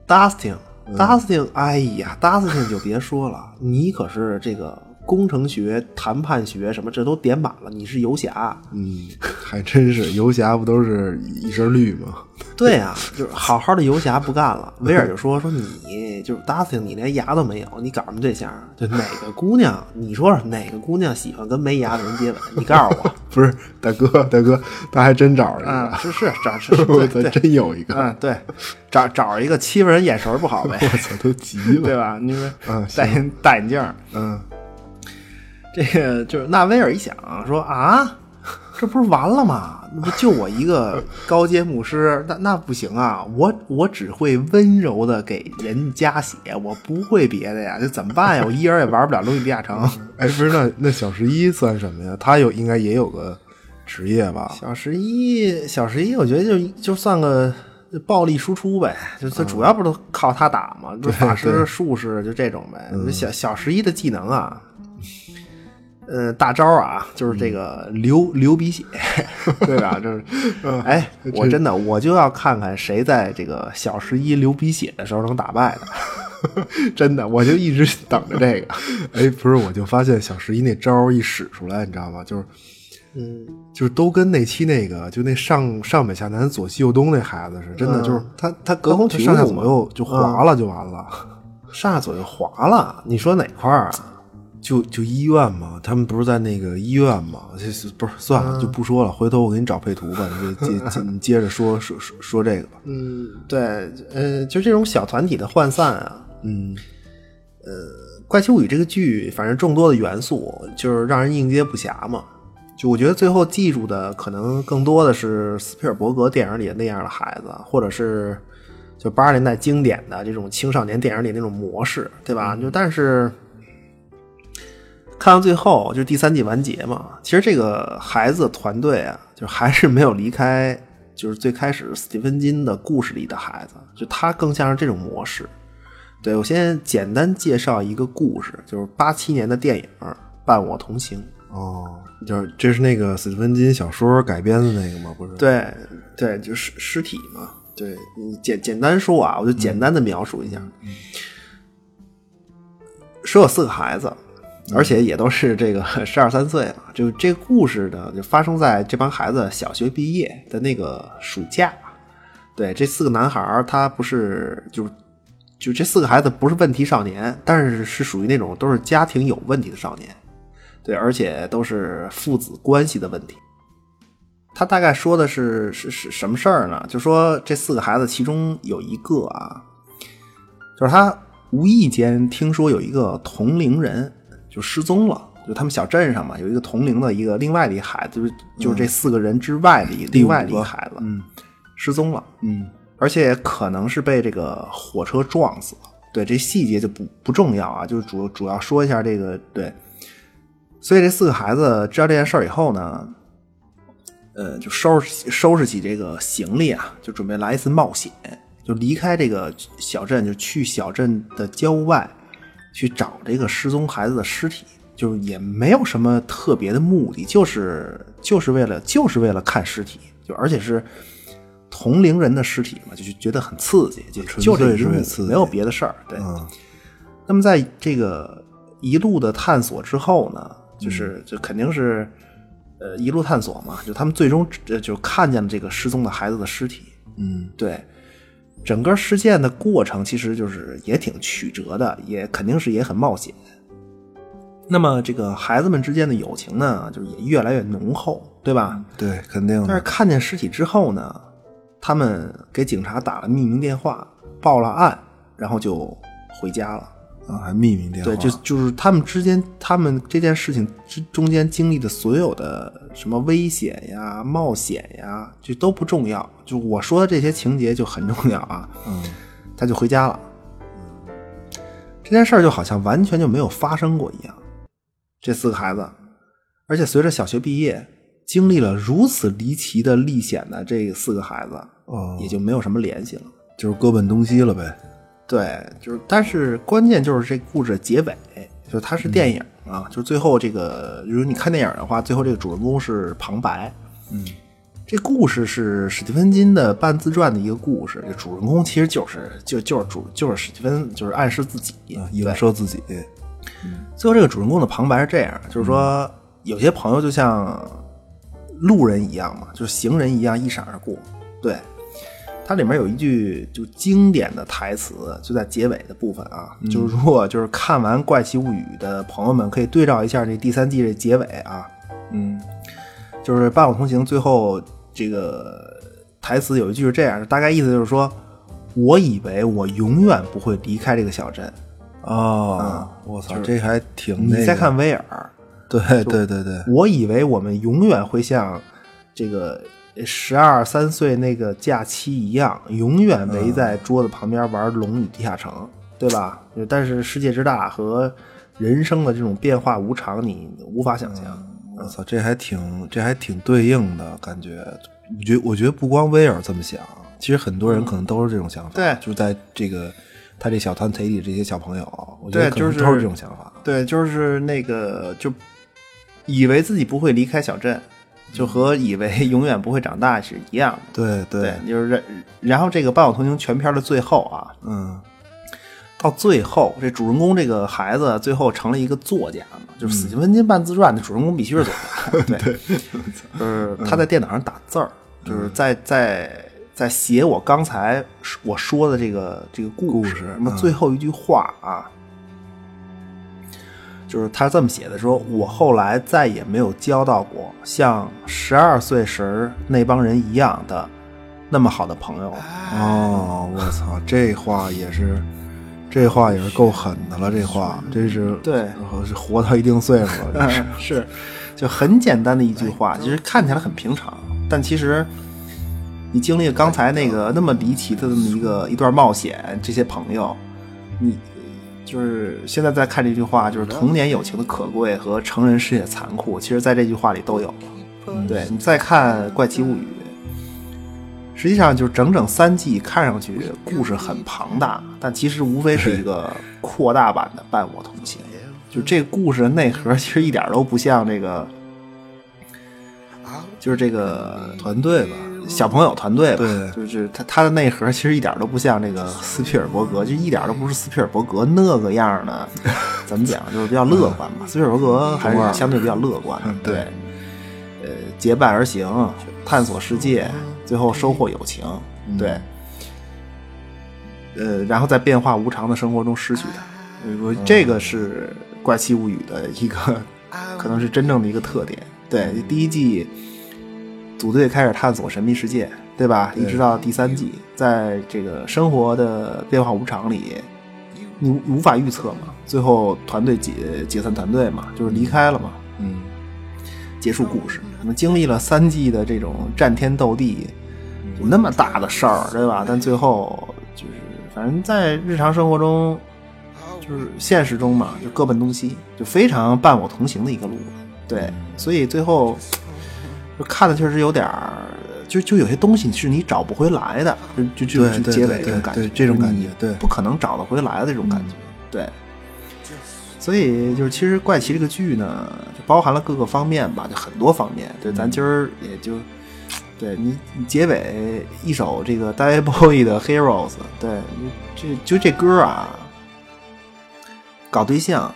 Speaker 3: ，Dustin。Dustin，哎
Speaker 2: 嗯
Speaker 3: 呀，Dustin 就别说了， 你可是这个工程学、谈判学什么，这都点满了，你是游侠。
Speaker 2: 嗯，还真是，游侠不都是一身绿吗？
Speaker 3: 对啊， 就是好好的游侠不干了。威尔就说说你就是 Dustin，你连牙都没有，你搞什么对象？就哪个姑娘？你说说哪个姑娘喜欢跟没牙的人接吻？你告诉 我。
Speaker 2: 不是，大哥，大哥，他还真找着一
Speaker 3: 啊，
Speaker 2: 个，
Speaker 3: 是是找是
Speaker 2: 嗯 我
Speaker 3: 对
Speaker 2: 操，
Speaker 3: 对，
Speaker 2: 真有一个，
Speaker 3: 嗯对，找找一个欺负人眼神儿不好呗，
Speaker 2: 我操，都急
Speaker 3: 对
Speaker 2: 了，
Speaker 3: 吧？你说
Speaker 2: 嗯
Speaker 3: 戴眼 戴眼镜儿，
Speaker 2: 嗯，
Speaker 3: 这个就是纳威尔一想说啊，这不是完了吗？那不就我一个高阶牧师，那那不行啊！我我只会温柔的给人加血，我不会别的呀，这怎么办呀？我一人也玩不了《龙与地下城》。
Speaker 2: 哎，不是，那那小十一算什么呀？他有应该也有个职业吧？
Speaker 3: 小十一，小十一，我觉得就就算个暴力输出呗，就
Speaker 2: 嗯
Speaker 3: 他主要不都靠他 打嘛，就法师、术士就这种呗。
Speaker 2: 嗯
Speaker 3: 就小小十一的技能啊，呃，大招啊，就是这个
Speaker 2: 嗯
Speaker 3: 流流 鼻血，对吧？就是，哎，我真的我就要看看谁在这个小十一流鼻血的时候能打败他，真的， 我就一直等着这个。
Speaker 2: 哎，不是，我就发现小十一那招儿一使出来，你知道吗？就是，嗯，就是都跟那期那个，就那上上北下南左西右东那孩子似的，真的就是他他
Speaker 3: 嗯隔空取
Speaker 2: 上下
Speaker 3: 物
Speaker 2: 左
Speaker 3: 嘛嗯
Speaker 2: 右就滑了就完了。
Speaker 3: 上下左右滑了，你说哪块儿啊？
Speaker 2: 就就医院嘛，他们不是在那个医院嘛？就是不是算
Speaker 3: 嗯
Speaker 2: 了，就不说了，回头我给你找配图吧，你就 接接你接着说说说说这个吧。
Speaker 3: 嗯，对，呃，就这种小团体的涣散啊，
Speaker 2: 嗯
Speaker 3: 《怪奇物语》这个剧，反正众多的元素就是让人应接不暇嘛。就我觉得最后记住的，可能更多的是斯皮尔伯格电影里那样的孩子，或者是就八十年代经典的这种青少年电影里那种模式，对吧？就但是看到最后，就是第三季完结嘛，其实这个孩子团队啊，就还是没有离开，就是最开始斯蒂芬金的故事里的孩子，就他更像是这种模式。对我先简单介绍一个故事，就是八七年的电影《伴我同行》。
Speaker 2: 哦，就是这是那个斯蒂芬金小说改编的那个吗？不是？，
Speaker 3: 对嗯对，就是尸体嘛。对你简简单说啊，我就简单的描述一下，是有四个孩子，而且也都是这个 十二三岁了。就这个故事呢，就发生在这帮孩子小学毕业的那个暑假。对，这四个男孩儿，他不是就是就这四个孩子不是问题少年，但是是属于那种都是家庭有问题的少年。对，而且都是父子关系的问题。他大概说的是是是什么事儿呢？就说这四个孩子其中有一个啊，就是他无意间听说有一个同龄人就失踪了，就他们小镇上嘛，有一个同龄的一个另外的一个孩子，就是就是这四个人之外的一个、另外的一个孩子，
Speaker 2: 嗯
Speaker 3: 失踪了，
Speaker 2: 嗯
Speaker 3: 而且可能是被这个火车撞死了。对，这细节就不不重要啊，就是主主要说一下这个对。所以这四个孩子知道这件事儿以后呢，呃，就收拾起收拾起这个行李啊，就准备来一次冒险，就离开这个小镇，就去小镇的郊外去找这个失踪孩子的尸体，就是也没有什么特别的目的，就是就是为了就是为了看尸体，就而且是同龄人的尸体嘛，就就觉得很刺激，就
Speaker 2: 纯
Speaker 3: 就这
Speaker 2: 粹
Speaker 3: 一
Speaker 2: 是为
Speaker 3: 幕
Speaker 2: 刺激
Speaker 3: 没有别的事儿，对。
Speaker 2: 嗯
Speaker 3: 那么在这个一路的探索之后呢，就是就肯定是，呃，一路探索嘛，就他们最终呃就看见了这个失踪的孩子的尸体。
Speaker 2: 嗯
Speaker 3: 对，整个事件的过程其实就是也挺曲折的，也肯定是也很冒险。那么这个孩子们之间的友情呢，就是也越来越浓厚，对吧？
Speaker 2: 对，肯定
Speaker 3: 但
Speaker 2: 的，
Speaker 3: 是看见尸体之后呢，他们给警察打了匿名电话，报了案，然后就回家了。
Speaker 2: 啊，还匿名电话，
Speaker 3: 对，就就是他们之间，他们这件事情之中间经历的所有的什么危险呀、冒险呀，就都不重要。就我说的这些情节就很重要啊。
Speaker 2: 嗯
Speaker 3: 他就回家了。这件事儿就好像完全就没有发生过一样。这四个孩子，而且随着小学毕业，经历了如此离奇的历险的这四个孩子，
Speaker 2: 哦，
Speaker 3: 也就没有什么联系了。
Speaker 2: 就是各奔东西了呗，
Speaker 3: 对，就是，但是关键就是这故事的结尾，就是它
Speaker 2: 嗯
Speaker 3: 是电影啊，就是最后这个，如果你看电影的话，最后这个主人公是旁白，
Speaker 2: 嗯，
Speaker 3: 这故事是史蒂芬金的半自传的一个故事，这主人公其实就是就就是主就是史蒂芬，就是暗示自己，
Speaker 2: 啊，
Speaker 3: 对
Speaker 2: 影射自己，
Speaker 3: 最后这个主人公的旁白是这样，就是说、
Speaker 2: 嗯
Speaker 3: 有些朋友就像路人一样嘛，就是行人一样一闪而过。对，它里面有一句就经典的台词，就在结尾的部分啊，
Speaker 2: 嗯
Speaker 3: 就是如果就是看完《怪奇物语》的朋友们可以对照一下这第三季这结尾啊，
Speaker 2: 嗯
Speaker 3: 就是《伴我同行》最后这个台词有一句是这样，大概意思就是说，我以为我永远不会离开这个小镇，
Speaker 2: 啊，我操，这还挺那
Speaker 3: 你再
Speaker 2: 个，
Speaker 3: 看嗯威尔。
Speaker 2: 对对对对，
Speaker 3: 我以为我们永远会像这个十二三岁那个假期一样，永远围在桌子旁边玩《龙与地下城》，对吧？但是世界之大和人生的这种变化无常，你无法想象。嗯
Speaker 2: 我操，这还挺这还挺对应的感觉。我觉我觉得不光威尔这么想，其实很多人可能都是这种想法。
Speaker 3: 嗯对
Speaker 2: 就是在这个他这小团体里，这些小朋友，我觉
Speaker 3: 对
Speaker 2: 得可能
Speaker 3: 就是
Speaker 2: 都是这种想法。
Speaker 3: 对，就是那个就以为自己不会离开小镇，就和以为永远不会长大是一样的。
Speaker 2: 对对
Speaker 3: 对，就是然然后这个《伴我同行》全片的最后啊，
Speaker 2: 嗯
Speaker 3: 到最后，这主人公这个孩子最后成了一个作家嘛，就是《史蒂芬金半自传》的主人公必须是作 家，嗯对，嗯就是他在电脑上打字儿，就是在在在写我刚才我说的这个这个故事。嗯
Speaker 2: 故事
Speaker 3: 那么最后一句话啊，就是他这么写的：说我后来再也没有交到过像十二岁时那帮人一样的那么好的朋友。
Speaker 2: 哦，我操，这话也是，这话也是够狠的了。这话真是
Speaker 3: 对
Speaker 2: 我是活到一定岁数 了，真是
Speaker 3: 是，就很简单的一句话，其实看起来很平常，但其实你经历了刚才那个那么离奇的这么一个一段冒险，这些朋友，你就是现在再看这句话，就是童年友情的可贵和成人世界的残酷，其实在这句话里都有了。对你再看《怪奇物语》，实际上就是整整三季，看上去故事很庞大，但其实无非是一个扩大版的《伴我同行》。就这个故事的内核，其实一点都不像这个，就是这个
Speaker 2: 团队吧，
Speaker 3: 小朋友团队吧，
Speaker 2: 对
Speaker 3: 就是他他的内核其实一点都不像那个斯皮尔伯格，就一点都不是斯皮尔伯格那个样的，怎么讲，就是比较乐观吧。斯皮尔伯格还是相对比较乐观的，对，呃，结伴而行，探索世界，最后收获友情，对，呃，然后在变化无常的生活中失去它。呃我这个是《怪奇物语》的一个，可能是真正的一个特点。对，第一季组队开始探索神秘世界，对吧？一直到第三季，在这个生活的变化无常里，你无无法预测嘛。最后团队解解散团队嘛，就是离开了嘛，
Speaker 2: 嗯
Speaker 3: 结束故事。我们经历了三季的这种战天斗地，有那么大的事儿，对吧？但最后就是，反正在日常生活中，就是现实中嘛，就各奔东西，就非常伴我同行的一个路。对，所以最后就看的确实有点儿，就就有些东西是你找不回来的，就就就
Speaker 2: 对
Speaker 3: 就
Speaker 2: 对
Speaker 3: 结尾
Speaker 2: 对
Speaker 3: 这种感觉，
Speaker 2: 对对这种感觉
Speaker 3: 你
Speaker 2: 对嗯
Speaker 3: 不可能找得回来的这种感觉，对。所以就是，其实《怪奇》这个剧呢，就包含了各个方面吧，就很多方面。对，
Speaker 2: 嗯
Speaker 3: 咱今儿也就，对你你结尾一首这个 David Bowie 的《Heroes》，对，你这就这歌啊，搞对象，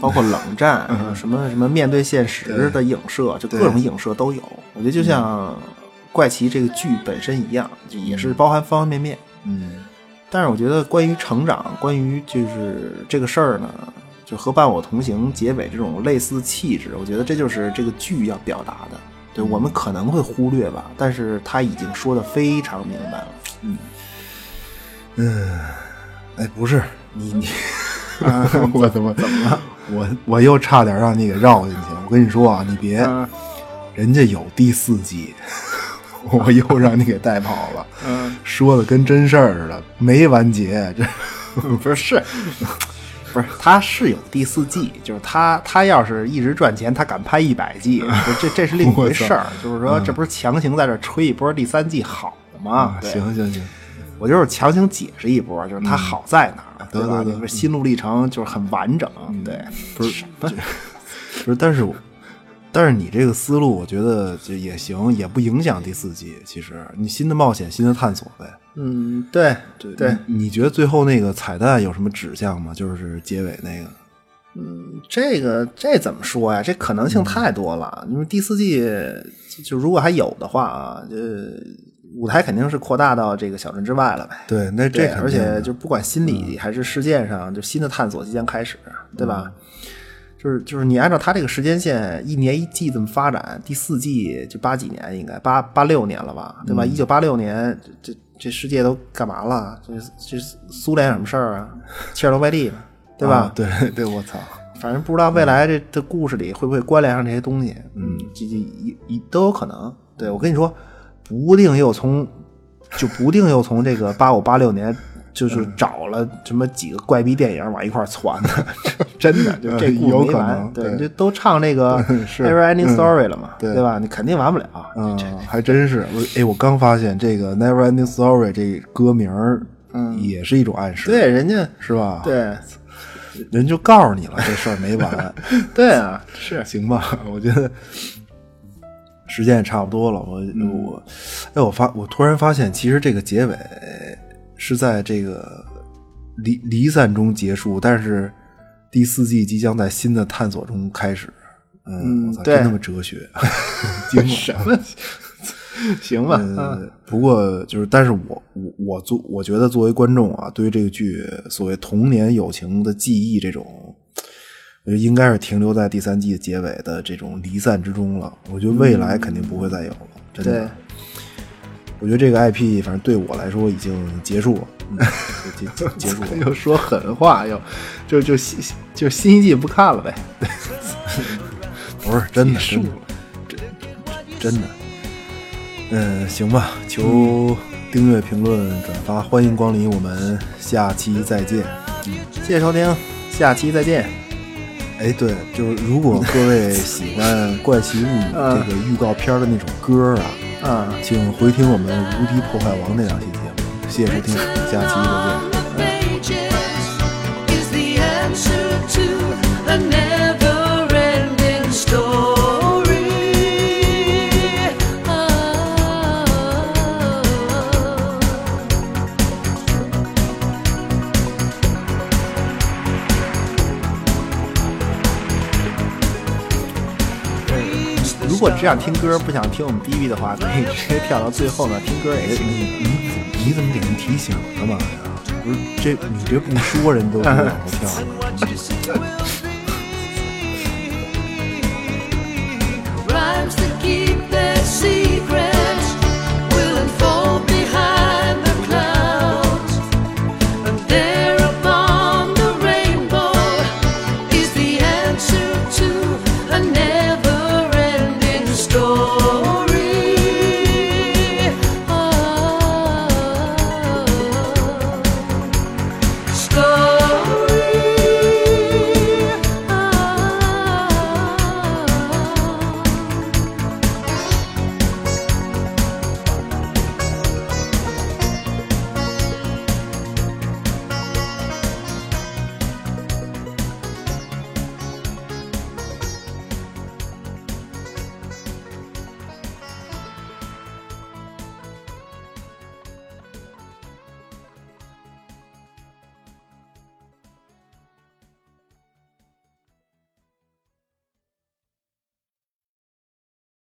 Speaker 3: 包括冷战，啊什么什么面对现实的影射，就各种影射都有。我觉得就像《怪奇》这个剧本身一样，就也是包含方方面面。
Speaker 2: 嗯
Speaker 3: 但是我觉得关于成长，关于就是这个事儿呢，就和《伴我同行》结尾这种类似气质，我觉得这就是这个剧要表达的。
Speaker 2: 嗯
Speaker 3: 对我们可能会忽略吧，但是他已经说的非常明白了。
Speaker 2: 嗯，哎，不是你你，
Speaker 3: 啊
Speaker 2: 我怎么怎么了？我我又差点让你给绕进去。我跟你说啊，你别，人家有第四季， 我又让你给带跑了。
Speaker 3: 嗯，
Speaker 2: 说的跟真事儿似的，没完结。这
Speaker 3: 不是，不是，他是有第四季，就是他他要是一直赚钱，他敢拍一 百季，就这这是另一回事儿。就是说，
Speaker 2: 嗯
Speaker 3: 这不是强行在这吹一波第三季好吗？啊对
Speaker 2: 啊行行行，
Speaker 3: 我就是强行解释一波，就是它好在哪儿，对吧？
Speaker 2: 对对对嗯
Speaker 3: 你们心路历程就是很完整，对，
Speaker 2: 不是不是，但是我。但是你这个思路，我觉得就也行，也不影响第四季。其实你新的冒险，新的探索呗。
Speaker 3: 嗯，对对，
Speaker 2: 你，你觉得最后那个彩蛋有什么指向吗？就是结尾那个。
Speaker 3: 嗯这个这怎么说呀？这可能性太多了。你说第四季就就如果还有的话啊，就舞台肯定是扩大到这个小镇之外了呗。
Speaker 2: 对，那
Speaker 3: 对
Speaker 2: 这肯
Speaker 3: 而
Speaker 2: 定嗯
Speaker 3: 且
Speaker 2: 的
Speaker 3: 就不管心理还是事件上，就新的探索即将开始，对
Speaker 2: 嗯
Speaker 3: 吧？就是就是你按照它这个时间线，一年一季这么发展，第四季就八几年应该八八六年了吧，
Speaker 2: 嗯
Speaker 3: 对吧？一九八六年，这这这世界都干嘛了？这这苏联有什么事儿啊？切尔诺贝利嘛，对吧？
Speaker 2: 啊对 对，我操，
Speaker 3: 反正不知道未来这这故事里会不会关联上这些东西，嗯，这这一一都有可能。对我跟你说，不定又从就不定又从这个八五八六年就是
Speaker 2: 嗯
Speaker 3: 找了什么几个怪逼电影往一块儿传的，真的就这故事
Speaker 2: 嗯有
Speaker 3: 没
Speaker 2: 可
Speaker 3: 完
Speaker 2: 能。
Speaker 3: 对，
Speaker 2: 对
Speaker 3: 这都唱那个 Never Ending Story 了嘛，对吧？你肯定完不了。啊
Speaker 2: 嗯，还真是。我哎，我刚发现这个 Never Ending Story 这歌名儿，也是一种暗示，，
Speaker 3: 对，人家
Speaker 2: 是吧？，
Speaker 3: 对
Speaker 2: 人就告诉你了，这事儿 没完，
Speaker 3: 对啊，是
Speaker 2: 行吧？我觉得时间也差不多了。我、
Speaker 3: 嗯
Speaker 2: 我，哎，我发，我突然发现，其实这个结尾是在这个离离散中结束，但是第四季即将在新的探索中开始。嗯，
Speaker 3: 嗯
Speaker 2: 我操，
Speaker 3: 对
Speaker 2: 真他妈哲学， 啊 惊 了。
Speaker 3: 行吧？嗯
Speaker 2: 呃，不过就是，但是我我我作我觉得作为观众啊，对于这个剧所谓童年友情的记忆这种，我觉得呃应该是停留在第三季结尾的这种离散之中了。我觉得未来肯定不会再有了，真
Speaker 3: 对
Speaker 2: 的。我觉得这个 IP 反正对我来说已经结束了，嗯、结结结 束了。
Speaker 3: 又说狠话，又就就新就新一季不看了呗。
Speaker 2: 不是真的，真的，真真的。嗯，行吧，求订阅、评论、转发，欢迎光临，我们下期再见。嗯
Speaker 3: 谢谢收听，下期再见。
Speaker 2: 哎，对，就是如果
Speaker 3: 嗯
Speaker 2: 各位喜欢《怪奇物语》这个预告片的那首歌啊，
Speaker 3: 嗯，
Speaker 2: 请回听我们《无敌破坏王》那两期节目。谢谢收听，下期再见。
Speaker 1: Story. Ah.
Speaker 3: 果只想听歌，不想听我们逼逼的话，可以直接跳到最后呢，听歌也行。
Speaker 2: 你你怎么给人提醒干嘛呀？不是这你这不说人都不往后跳了。
Speaker 1: Rhymes to keep their seat. Ah.